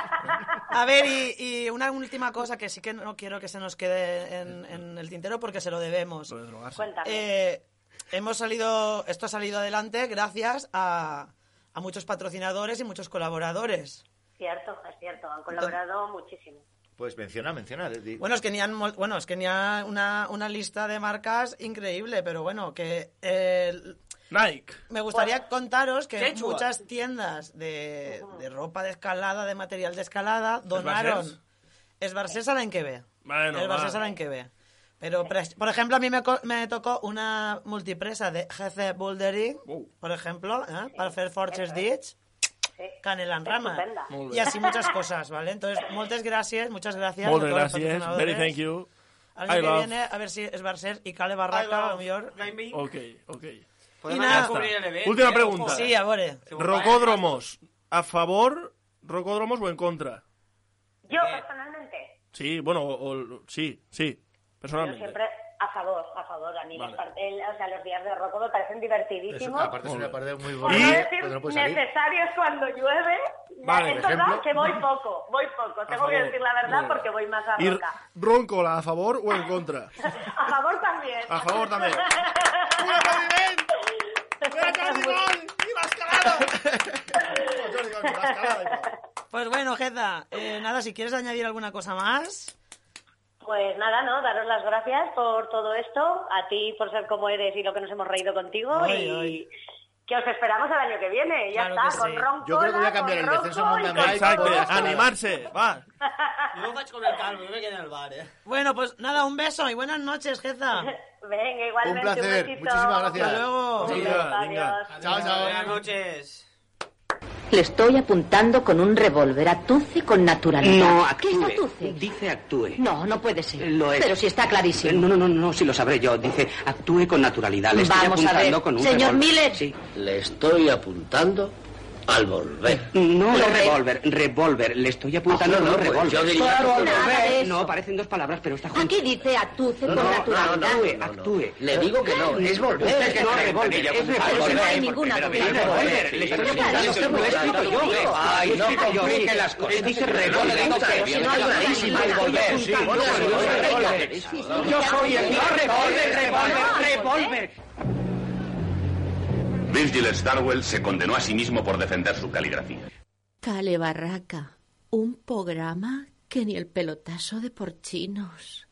F: A ver, y, y una última cosa que sí que no quiero que se nos quede en, en el tintero porque se lo debemos.
O: Cuéntame.
F: Eh, hemos salido, esto ha salido adelante gracias a, a muchos patrocinadores y muchos colaboradores.
O: Cierto, es cierto, han colaborado muchísimo.
C: Pues menciona, menciona. Leti.
F: Bueno, es que ni han mol- bueno, es que ni ha una, una lista de marcas increíble, pero bueno, que eh,
D: Nike.
F: Me gustaría contaros que
G: Quechua.
F: muchas tiendas de, de ropa de escalada, de material de escalada, donaron.
D: Barcés?
F: Es Barcés a la Enquebe.
D: Bueno,
F: es Barcés
D: va.
F: a la Enquebe. Pero, pre- por ejemplo, a mí me, co- me tocó una multipresa de GC Bouldering,
D: Uh.
F: por ejemplo, ¿eh? para hacer Fortress Ditch, Canela en Rama.
D: Estupenda. Molt bé.
F: Y así muchas cosas, ¿vale? Entonces, muchas gracias, muchas gracias. a
D: Moltes
F: todos los
D: gràcies.
F: patrocinadores.
D: Very thank you.
F: Al
D: I
F: año que
D: love.
F: viene, a ver si es Barcés y Cale Barraca, a lo mejor.
D: Ok, ok.
C: Pues
F: Podem
D: Ja
F: anar a
D: està.
F: cobrir el event,
D: Última
F: eh?
D: pregunta.
F: Sí, a veure.
D: Rocódromos, a favor, rocódromos o en contra?
O: Yo
C: Eh,
O: personalmente,
D: Sí, bueno, o, o- sí, sí,
O: yo
D: personalmente.
O: siempre a favor, a favor. A mí
D: Vale.
O: las part- el- o sea, los días de roco me parecen
C: Eso,
O: divertidísimos.
C: aparte es una parte muy
O: Por
C: bonita. ¿eh?
O: no
C: cuando no
O: decir
C: puedes salir.
O: necesarios cuando llueve.
D: Vale,
O: es
D: por ejemplo.
O: verdad que
C: *laughs*
O: voy poco, voy poco. Tengo que
D: favor.
O: decir la verdad
D: Muy bien.
O: porque voy más a
D: ¿Y
O: roca.
D: Roncola, a favor o en
O: *laughs*
D: contra?
O: A favor también.
C: Ah.
O: *laughs*
D: A favor también.
F: Pues bueno, Geza, eh, nada, si quieres añadir alguna cosa más.
O: Pues nada, ¿no? Daros las gracias por todo esto, a ti por ser como eres y lo que nos hemos reído contigo
F: Ay,
O: y que os esperamos el año que viene, ya
F: Claro que
O: está,
F: sí.
O: con ronco.
C: Yo creo que voy a cambiar el descenso en mountain bike.
D: Exacte,
C: por escalada.
D: animarse, va.
G: *laughs*
O: *laughs*
G: Yo vaig con el calvo, yo me quedé en el bar, eh.
F: Bueno, pues nada, un beso y buenas noches,
M: *laughs*
F: Geza.
O: Venga, igualmente.
F: Un placer.
O: besito.
F: Muchísimas gracias. Hasta luego.
O: Adiós,
F: Venga,
O: adiós.
G: Chao, chao. Buenas noches.
P: Le estoy apuntando con un revólver. Atuce con naturalidad.
M: No
P: ¿Qué es
M: actúe.
P: atuce?
M: Dice actúe.
P: No, no puede ser.
M: Lo es.
P: Pero si está clarísimo.
M: No, no, no, no, si lo sabré yo. Dice actúe con naturalidad. Le estoy
P: Vamos a
M: apuntando
P: ver.
M: con un
P: Señor
M: revólver.
P: Miller.
M: Sí.
Q: Le estoy apuntando al volver.
M: No, no,
Q: Revólver.
M: revólver, revólver. Le estoy apuntando
Q: Ah, no,
M: no,
Q: no, pues
M: revólver.
Q: yo diría
M: Claro,
Q: que
M: al
Q: nada
M: revés.
Q: de eso.
M: No, parecen dos palabras, pero está junto.
P: Aquí dice atuce con
M: No, no,
P: naturalidad.
M: no, actúe, actúe.
Q: Le digo que no, es volver.
M: Usted que
Q: Es
M: no,
Q: volver,
M: revólver,
Q: yo
M: es
Q: como-
M: revólver.
Q: Volver,
M: Es
Q: porque- pero
M: revólver,
Q: mira,
M: revólver.
Q: sí,
M: Le estoy
Q: sí,
M: apuntando,
Q: sí,
M: eso
Q: sí,
M: lo he
Q: sí,
M: escrito
Q: sí,
M: yo.
Q: sí, sí,
M: Ay,
Q: sí,
M: no
Q: sí,
M: complique
Q: sí,
M: las cosas.
Q: sí,
M: Dice
Q: sí,
M: revólver,
Q: sí,
M: usted,
Q: sí,
M: si
Q: sí,
M: no hay
Q: sí,
M: revés,
Q: sí,
M: no hay
Q: sí,
M: volver.
Q: sí,
M: Yo soy
Q: sí,
M: el no
Q: sí,
M: revólver.
Q: sí, sí,
M: Yo soy el no revólver,
Q: revólver,
M: revólver, revólver.
R: Virgil Starwell se condenó a sí mismo por defender su caligrafía.
J: Cale Barraca, un programa que ni el pelotazo de porchinos.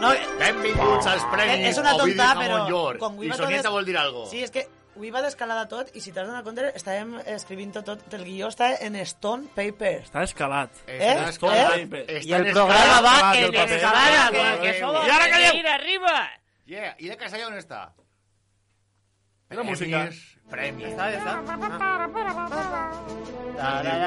F: No,
C: Benvinguts als Premis
F: Eh, és una
C: Ovidi
F: tonta,
C: Ramon
F: però...
C: Llor. I
F: va
C: Sonieta
F: tot-
C: vol dir algo.
F: Sí, és que ho iba d'escalada tot i si t'has donat compte estàvem escrivint tot, el guió està en stone paper.
D: Està escalat.
F: Eh?
D: Stone
F: Eh?
D: Paper.
F: I
D: Està
F: el
D: en
F: programa
D: escalat,
F: va
D: escalat,
F: en
D: el paper.
F: escalada,
D: Escalat,
F: que
D: escalat.
F: solo-
D: I ara calleu!
F: ir arriba!
C: Yeah, i de Casalla on està?
D: I la música?
C: Premis.
G: Està,
C: Bueno, anem a,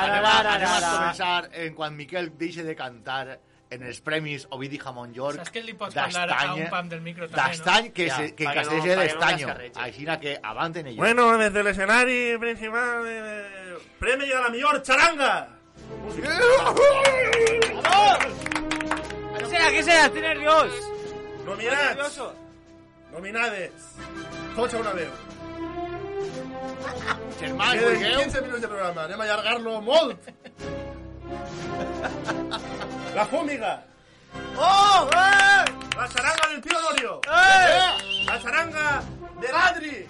C: anem a començar en quan Miquel deixi de cantar en els premis Ovidi Jamon York
E: Saps que li pots parlar a
C: d'estany
E: un pam del micro també,
C: d'estany que,
E: no?
C: se, que
E: Ja,
C: en
E: pa que
C: castellà
E: no-
C: no,
E: pa que no
C: d'estanyo
E: cascarrege.
C: aixina que avanten ells
D: Bueno, desde el escenario principal, eh, premio a la mejor charanga.
G: ¿Qué será? ¿Qué será? Estoy nervioso.
D: Nominats. Nominades. Tocha una vez.
C: Germán,
D: Queden
C: vulgueu?
D: 15 minutos de programa. Anem a allargar-lo molt. La fúmiga.
G: ¡Oh!
D: ¡Eh! La charanga del tío Dorio.
G: ¡Eh!
D: La charanga del Adri.
G: ¡Eh!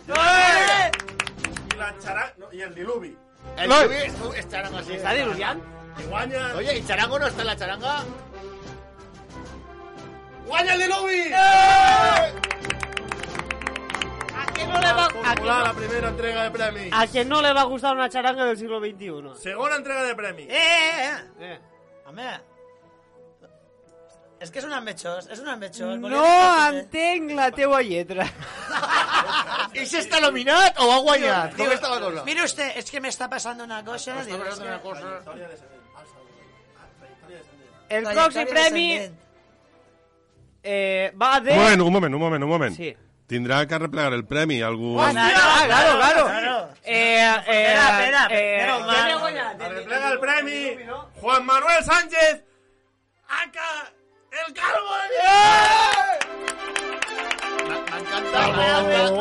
D: Y la charanga... no, y el diluvi.
C: El No. diluvi es- es charanga, sí. ¿Está diluviant?
D: Y guanya...
C: ¿eh, Oye, ¿y Charango no está en la charanga?
D: ¡Guanya el diluvi!
G: ¿A quién no le va a
D: Popular, la primera entrega de premis.
G: ¿A quién no le va a gustar una charanga del siglo XXI?
D: Segunda entrega de premis.
F: Eh, eh, eh.
G: Eh.
F: Home, és que és un ambetxós, és un ambetxós.
G: No entenc la teua lletra.
C: I si està nominat o ha guanyat?
F: Diu-
C: Com està la cosa?
F: Mire usted, es que me está pasando una cosa.
C: Està
F: diu,
C: passant una
F: "Sí".
C: cosa...
G: El
F: Trajectoria
G: pròxim premi
F: descendent.
G: eh, va de...
S: Un moment, un moment, un moment, un moment.
G: Sí.
S: Tindrà que replegar el premi algú...
G: Hòstia, Ah, claro, claro. claro. Eh, eh,
F: Espera, espera,
G: eh,
F: menos mal.
G: Jenny
F: guanyat.
D: Arreplega el premi Juan Manuel Sánchez Aca el calvo de
C: Calvo,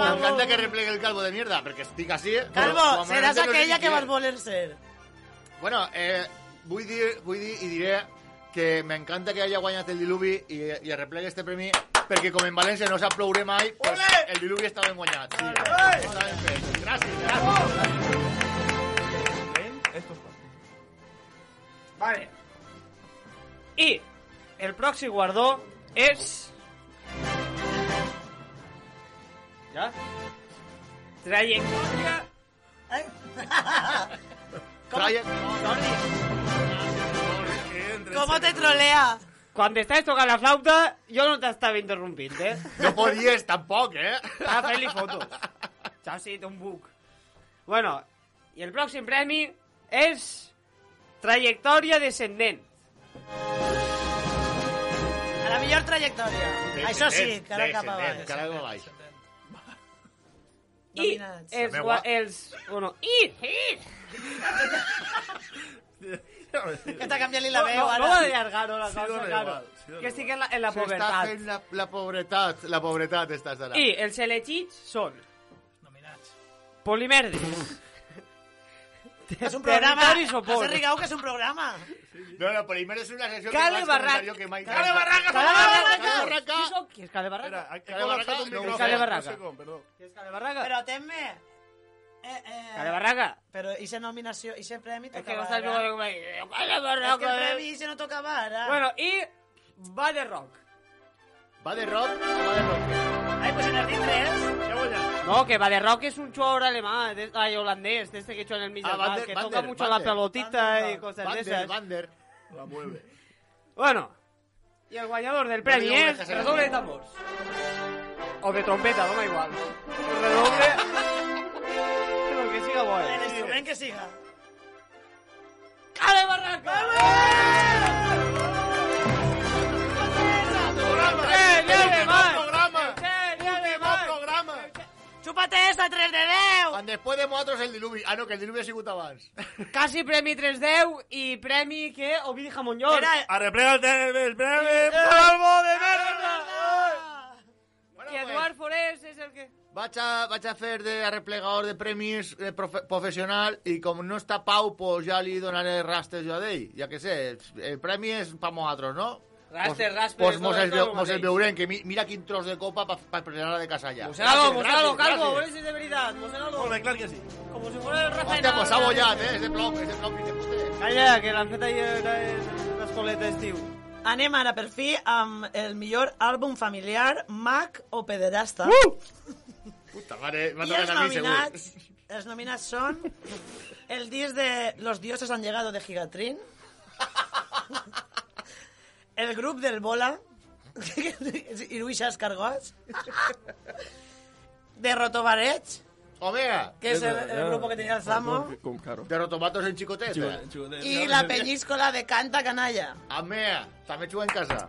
C: m'encanta que replegue el calvo de mierda, perquè estic així...
F: Calvo, seràs aquella que vas
C: vol...
F: voler ser.
C: Bueno, eh, vull, dir, vull dir i diré que m'encanta que hagi guanyat el diluvi i, i es replegui este premi, perquè com en València no s'aplauré mai, pues, el diluvi està ben guanyat. Sí, està ben fet. Gràcies, gràcies.
G: Vale. I el pròxim guardó és... Ja? Trajectòria...
F: ¿Cómo te trolea?
G: Cuando estáis tocando la flauta, yo no te estaba interrumpiendo, ¿eh?
C: No podías tampoco, ¿eh?
G: A fer-li fotos. S'ha sigut un buc. Bueno, i el pròxim premi és... Trajectòria descendent.
F: A la millor trajectòria. Això sí, cara cap avall.
C: Cara cap avall.
G: I
F: Nominats.
C: La
G: els... gua-
C: meua.
G: els bueno, i, i.
F: Que t'ha canviat-li la veu,
G: no,
F: ara.
G: No, no d'allargar-ho, la
F: Sí,
G: cosa,
F: dona
G: claro.
F: igual, sí, dona
G: que estic en la, en la
C: S'està
G: pobertat.
C: fent la, la pobretat, la pobretat estàs ara.
G: I els elegits són... Nominats. Polimerdes.
F: És un programa.
G: Territori Sopor.
F: Has arribat que és un programa.
C: No, no, però primer és una sessió
F: Cale
C: que vaig
F: Barraca.
C: comentar jo que mai...
F: Cale Barraca,
G: Cale Barraca.
C: Cale Barraca.
G: Qui sóc? Qui és Cale Barraca?
C: Cale Barraca, no ho sé.
G: Cale
D: No
G: Barraca.
D: sé com, perdó.
G: Qui és Cale Barraca?
F: Però teme... Eh, eh,
G: Cale Barraca.
F: Però i nominació, i premi
G: que
F: tocava
G: no saps
F: ara.
G: com vaig dir, Cale Barraca,
F: És que el
G: eh.
F: premi ixe no tocava ara.
G: Bueno, i va de rock.
C: Va de rock o va de rock?
F: Ai, pues en el dit
G: ¿eh?
F: res.
C: Ja guanyat.
G: No, que va de rock es un chor alemán, de- ay, holandés, de este que echó en el mismo,
C: Ah, Van der-
G: que
C: Van
G: toca
C: der-
G: mucho
C: Van
G: la
C: der.
G: pelotita
C: Van der-
G: y cosas
C: Van
G: de
C: der-
G: esas.
C: Van der. La mueve.
G: Bueno, y el guañador del
C: No
G: premio
C: digo
G: es
C: orejas en la
G: redoble de
C: boca.
G: tambor. O de trompeta, no me igual. Redoble. Pero que siga bueno.
F: El instrument que siga.
G: ¡Cale Barranca!
C: ¡Eh,
G: ¡Tres
F: ¡Qué
G: de
F: buen
G: más!
C: programa!
G: ¡Tres de
C: Bon
G: más!
C: programa!
F: Chúpate esa 3 de 10.
C: Quan després de nosaltres el diluvi. Ah, no, que el diluvi ha sigut abans.
G: *laughs* Casi premi 310 y premi que Ovidi Jamoñón.
D: Arreplega el Eh, te- el
C: Eh,
D: premi
G: ¡Palmo de
D: merda!
G: Y
C: pues.
G: Eduard Forés es el que...
C: Vaig a, vaig a fer de arreplegador de premis eh, profe professional i com no està Pau, pues ja li donaré rastres jo a ell. Ja que sé, el premi és pa nosaltres, no?
G: Rastres,
C: Pues-
G: rastres,
C: Pues
G: tot,
C: mos,
G: tot
C: el,
G: el
C: veu,
G: mateix. Pues
C: mos el veurem, que mi, mira quin tros de copa per pa, plenar de casa allà.
G: Mossegalo, mossegalo, calvo,
C: gràcies.
G: volés de veritat, mossegalo.
D: Molt bé, clar que sí.
G: Com si fos el Rafael.
C: Hòstia, pues ha bollat, eh? És de plom, és de plom. i de puta.
G: Calla, que l'han fet ahir eh, l'escoleta estiu.
F: Anem ara per fi amb el millor àlbum familiar, Mac o Pederasta.
G: Uh!
C: Puta mare, m'ha
F: I
C: tocat
F: els
C: a mi, segur.
F: nominats, els nominats són el disc de Los dioses han llegado de Gigatrin, el grup del Bola, i Luis Escargots, de Rotobarets,
C: Omega.
F: que és el, el grup que tenia el Zamo,
S: Con caro.
C: De rotomatos en Eh, xicoteta.
S: Xicotet.
F: i la pellíscola de Canta Canalla.
C: Omega, també juga en casa.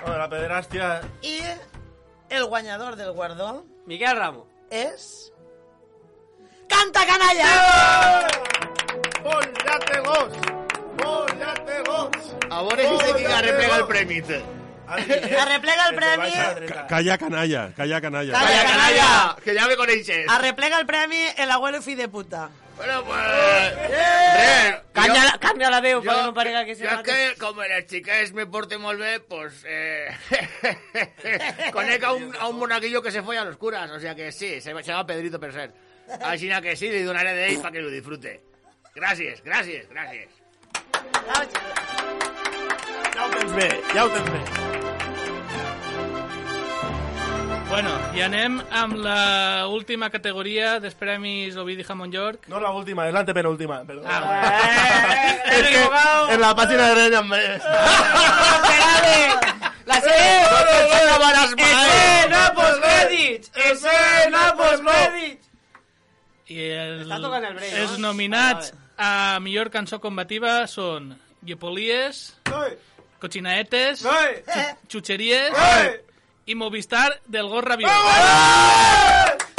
D: Bueno, la pederàstia...
F: I el guanyador del guardó
G: Miquel Ramo.
F: és... Canta Canalla!
D: ¡Bollate vos! ¡Bollate vos!
C: A veure
S: Oh,
C: si sé qui
D: Bollate
C: arreplega el eh.
D: vos.
C: premi. té.
F: Arreplega el premi.
S: Calla canalla, calla canalla.
F: Calla, canalla!
C: Que Ah, ja me coneixes.
F: Arreplega el premi el abuelo fi de puta.
C: Bueno, pues... Res,
G: Cambia
C: jo-
G: Eh, la, cambia la veu,
C: Jo-
G: perquè no parega que se
C: jo és
G: mate.
C: que, com les xiques me porten molt bé, pues... Eh, *laughs* conec a un, a un monaguillo que se folla a los curas, o sea que sí, se va- se llama Pedrito per ser. Així que sí, li donaré d'ell para que lo disfrute. Gràcies, gràcies, gràcies.
D: Ja ho tens bé, ja ho tens bé.
E: Bueno, i anem amb la última categoria dels Premis Ovidi Jamon York.
D: No la última, es la antepenúltima, perdón.
E: Es que
B: *laughs*
D: en la página de Renan
G: La
D: Escena
G: postcrèdits! Escena postcrèdits!
E: I el,
G: Està tocant el break, Ah, no?
E: els nominats a millor cançó combativa són Llepolies, Cochinaetes, Xuxeries i Movistar del Gorra Viva.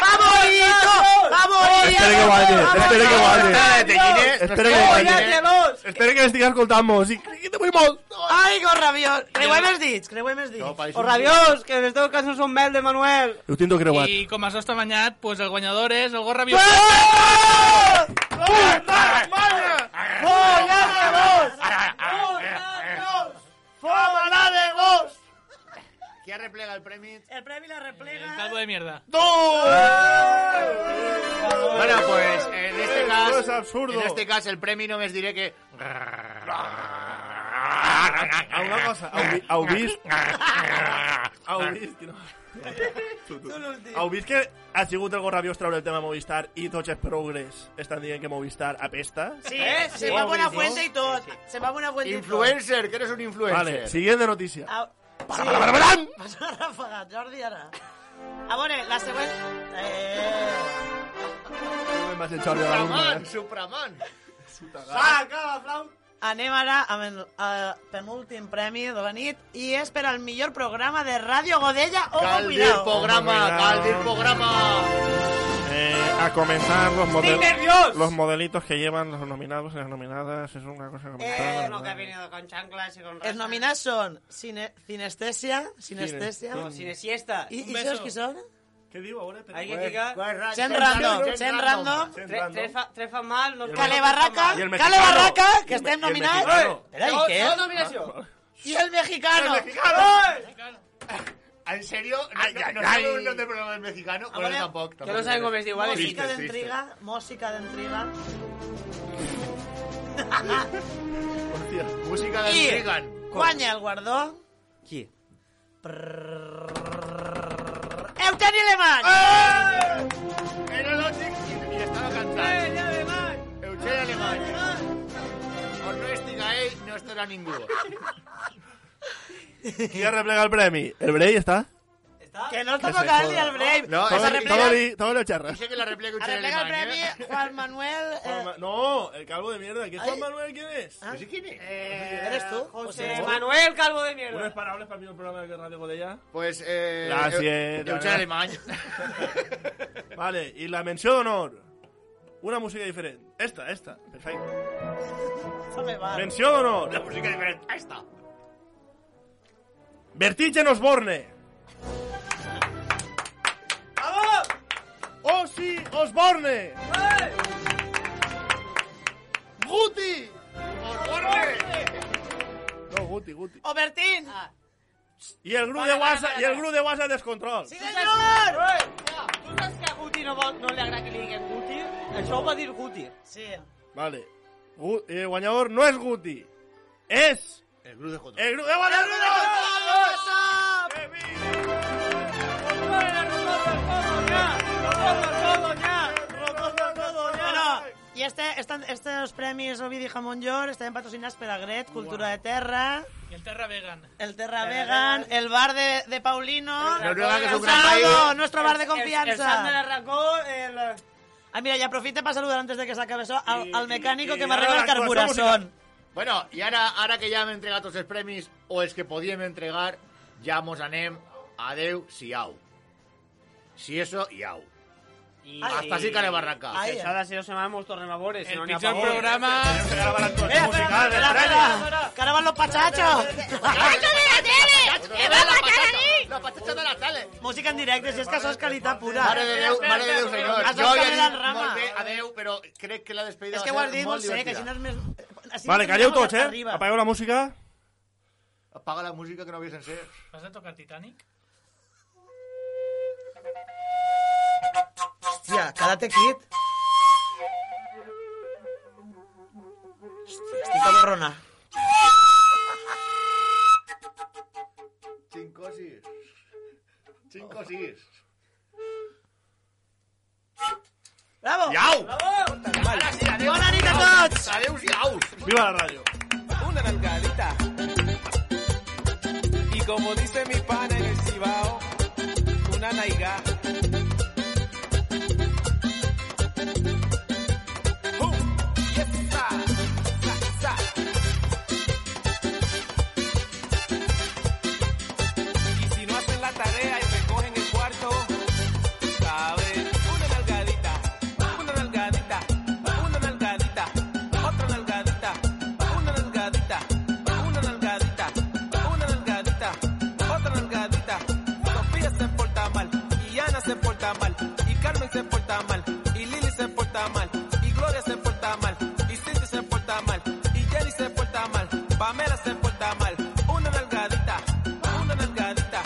F: ¡Vamos, Guillito! ¡Vamos!
D: Espere que guanyi, espere que guanyi. Espere que guanyi.
F: Collatialos!
D: Espere que estigui escoltant músic.
F: Que vull molt! Ai, que rabiós! Creuem els dits, creuem els dits.
G: Os rabiós, que les teves cançons són mel de Manuel.
D: Ho tinto creuat.
E: I com es no està banyat, pues el guanyador és el
D: ¡Ah!
E: Gorra Viu.
G: ¡Follatelos!
D: ¡Ah!
F: ¡Fómala de
D: *laughs*
F: gos!
C: Qui ha replega el premi?
F: El premi la replega...
E: Calvo de mierda.
C: Bueno, pues en
G: Eh,
C: este caso.
D: ¡Eh! Es absurdo.
C: En este caso, el premio no me diré que.
D: A una cosa, heu, vi- heu vist... Heu vist... Ah, que No. Heu vist que ha sigut el Gorrabiós treure el tema Movistar i tots els progres estan dient que Movistar apesta?
F: Sí, Eh,
C: Eh?
F: se va a buena fuente y todo. Se va a buena fuente
C: Influencer, que eres un influencer.
D: Vale, siguiente notícia.
F: Ah. y todo. Sí. Vas una ráfaga, Jordi, ara. A veure, la següent... Eh...
D: Más el Jordi de la bomba, eh?
C: Supraman.
F: Saca la flauta! Anem ara amb el eh, penúltim premi de la nit i és per al millor programa de Ràdio Godella o
C: Cal dir
F: Cuidao.
C: programa, cal dir programa.
D: Eh, a comenzar los, model-
G: nervios!
D: los modelitos que llevan los nominados y las nominadas es una cosa que
G: Eh, no que ha venido con chanclas y con
F: Els
G: rastas.
F: nominats són cine, Cinestesia, Cinestesia...
G: No, sin siesta.
F: I, i saps qui són?
D: Què diu ahora?
G: Hay que diga...
F: Gent random, gent random.
G: Tre- Tres, fa, tres fa mal, no...
F: Cale Barraca,
G: Y el
F: Cale
G: mexicano.
F: Barraca,
G: Y
F: que
G: el
F: estem
G: me- y el
F: nominats.
G: mexicano.
F: Espera, i
G: No,
F: què?
G: no, nominació.
F: I el
G: *laughs*
F: mexicano.
C: El mexicano.
F: Ai!
C: ¿En serio? ¿No, ay, no, no sabe un nom de programa del mexicano? Bueno, tampoco.
G: Que no saben cómo es de igual.
F: Música
C: Triste,
F: d'intriga, música d'intriga.
C: Música de
F: I
C: Reagan.
F: guanya el guardó...
G: Qui?
F: Eugeni Alemany!
G: ¡Eh!
C: Era Logic y, y estaba cantando. Eugenia Alemany. Os no estigaéis, ¿eh? no estará ninguno.
D: Qui ha replegat el premi? El Brei està?
F: Que no està
D: Que se
F: tocant ni
D: joda.
F: el Brave.
D: No,
F: Pues
D: todo,
F: arreplega-
D: todo, li- todo lo charras.
C: Dice que la replica Eugenia
F: Arreplega el
C: Alemany. ¿eh?
F: premi Juan Manuel... Eh,
D: No, el calvo de mierda. ¿Qué es Juan
F: Ay.
D: Manuel? ¿Quién es?
F: Ah.
C: Yo sé quién es.
F: ¿Eres tú?
G: Eh, José
F: José.
G: Manuel Calvo de
D: Unas
G: Mierda.
D: palabras para mí el programa de Radio Godella.
C: Pues, eh.
D: Gracias.
C: Eu- Eugenia Alemany.
D: *laughs* Vale, y la mención de honor. Una música diferente. Esta, esta. Perfecto.
F: Eso me va.
D: Mención de honor.
C: La música diferente. Ahí está.
D: Vertigen Osborne.
G: ¡Vamos!
D: ¡Oh, sí! ¡Osborne!
G: ¡Eh!
D: ¡Guti! No, Guti, Guti.
G: Oh,
F: Obertín!
C: Ah.
D: Y el grupo de WhatsApp, y el grupo de WhatsApp descontrol.
F: Sí, senyor!
G: Eh! Tu saps que a Guti no, vol, no li agrada que li diguem Guti? Això ho va dir Guti.
F: Sí.
D: Vale. Gu- eh, guañador no es Guti. Es
C: El Cruz de Jotón.
D: el grupo de WhatsApp.
F: Bueno, i este, estan, estos premis Ovidi Jamón Llor estaven patrocinats per Agret, Cultura de Terra,
E: I el Terra Vegan.
F: el Terra Vegan, el bar de, de Paulino,
C: No, no, que es un
F: Un
C: gran país.
F: saludo, nuestro bar de
G: El, el Sam de
F: confianza.
G: l'Arracó, el...
F: Ah, mira, y aprofita para saludar antes de que se acabe eso al, al mecánico
D: y-
F: que
D: y
F: me
D: ahora
F: arregla el
D: la actuación
F: carburazón.
C: Bueno, y ahora, ahora que ya me he entregado todos los premios, o es que podíem entregar, ya mos anem, adeu, si au. Si eso, i au. Hasta así cara de barraca.
F: Ai.
G: Això de si no se m'ha molts tornem a veure, si
E: El
G: no n'hi ha
E: pitjor
G: pavor.
E: programa...
F: Espera, espera, espera, espera, que ahora van los pachachos.
C: ¡Que va a matar a mí! La patata de la tele.
F: Música en directe, si és que això és qualitat pura.
C: Mare de Déu, mare de Déu, senyor.
F: Has
C: Jo ja
F: d'estar
C: he
F: en
C: dit
F: la rama.
C: molt bé, adeu, però crec que la despedida
F: És
C: va
F: que
C: ser
F: ho has dit molt
C: molt
F: sec,
C: divertida.
F: així no és més... Així
D: Vale,
F: no
D: calleu
F: terminamos
D: tots, eh?
F: arriba.
D: Apagueu la música.
C: Apaga la música que no havies encès.
E: Vas a tocar Titanic?
F: Hòstia, Karate Kid. Hòstia, estic avorrona.
C: Cinco, sis. Cinco, sis.
F: Bravo!
C: Iau!
F: Bona nit a tots!
C: Adeu, iau!
D: Viva la radio.
N: Una nalgadita. Y como dice mi pana en el cibao, una naiga. Uh, yes, sa, sa, sa. Y si no hacen la tarea y recogen el cuarto, saben, una nalgadita. Pamela se porta mal. Una nalgadita, una nalgadita,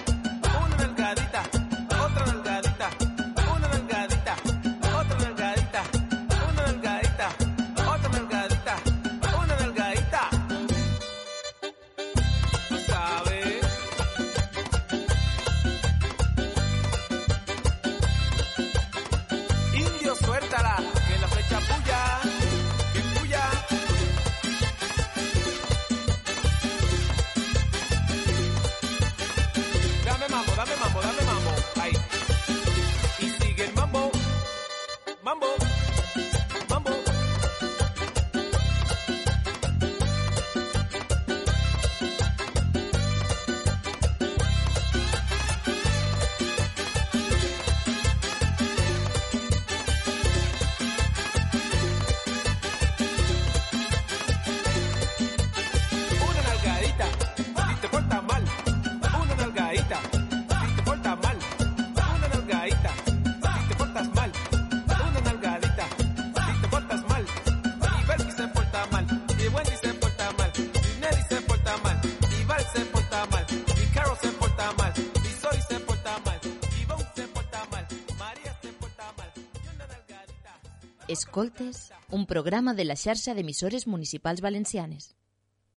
N: una nalgadita, otra nalgadita, una nalgadita, otra nalgadita, una nalgadita, otra nalgadita, una nalgadita. Tú sabes. Indio, suéltala, que la flecha puya, que puya. Dame mambo, dame mambo, dame mambo. Ahí. Y sigue el mambo. Mambo. Mambo. Una nalgadita. Si te portas mal. Una nalgadita. Si te portas mal. Una nalgadita. Si te portas mal. Una nalgadita. Si te portas mal. Ibarki se porta mal. Y Wendy se porta mal. Y Nelly se porta mal. Y Val se porta mal. Y Carol se porta mal. Y Zoe se porta mal. Y Bon se porta mal. María se porta mal.
T: Escoltes, un programa de la xarxa d'emissores municipals valencianes.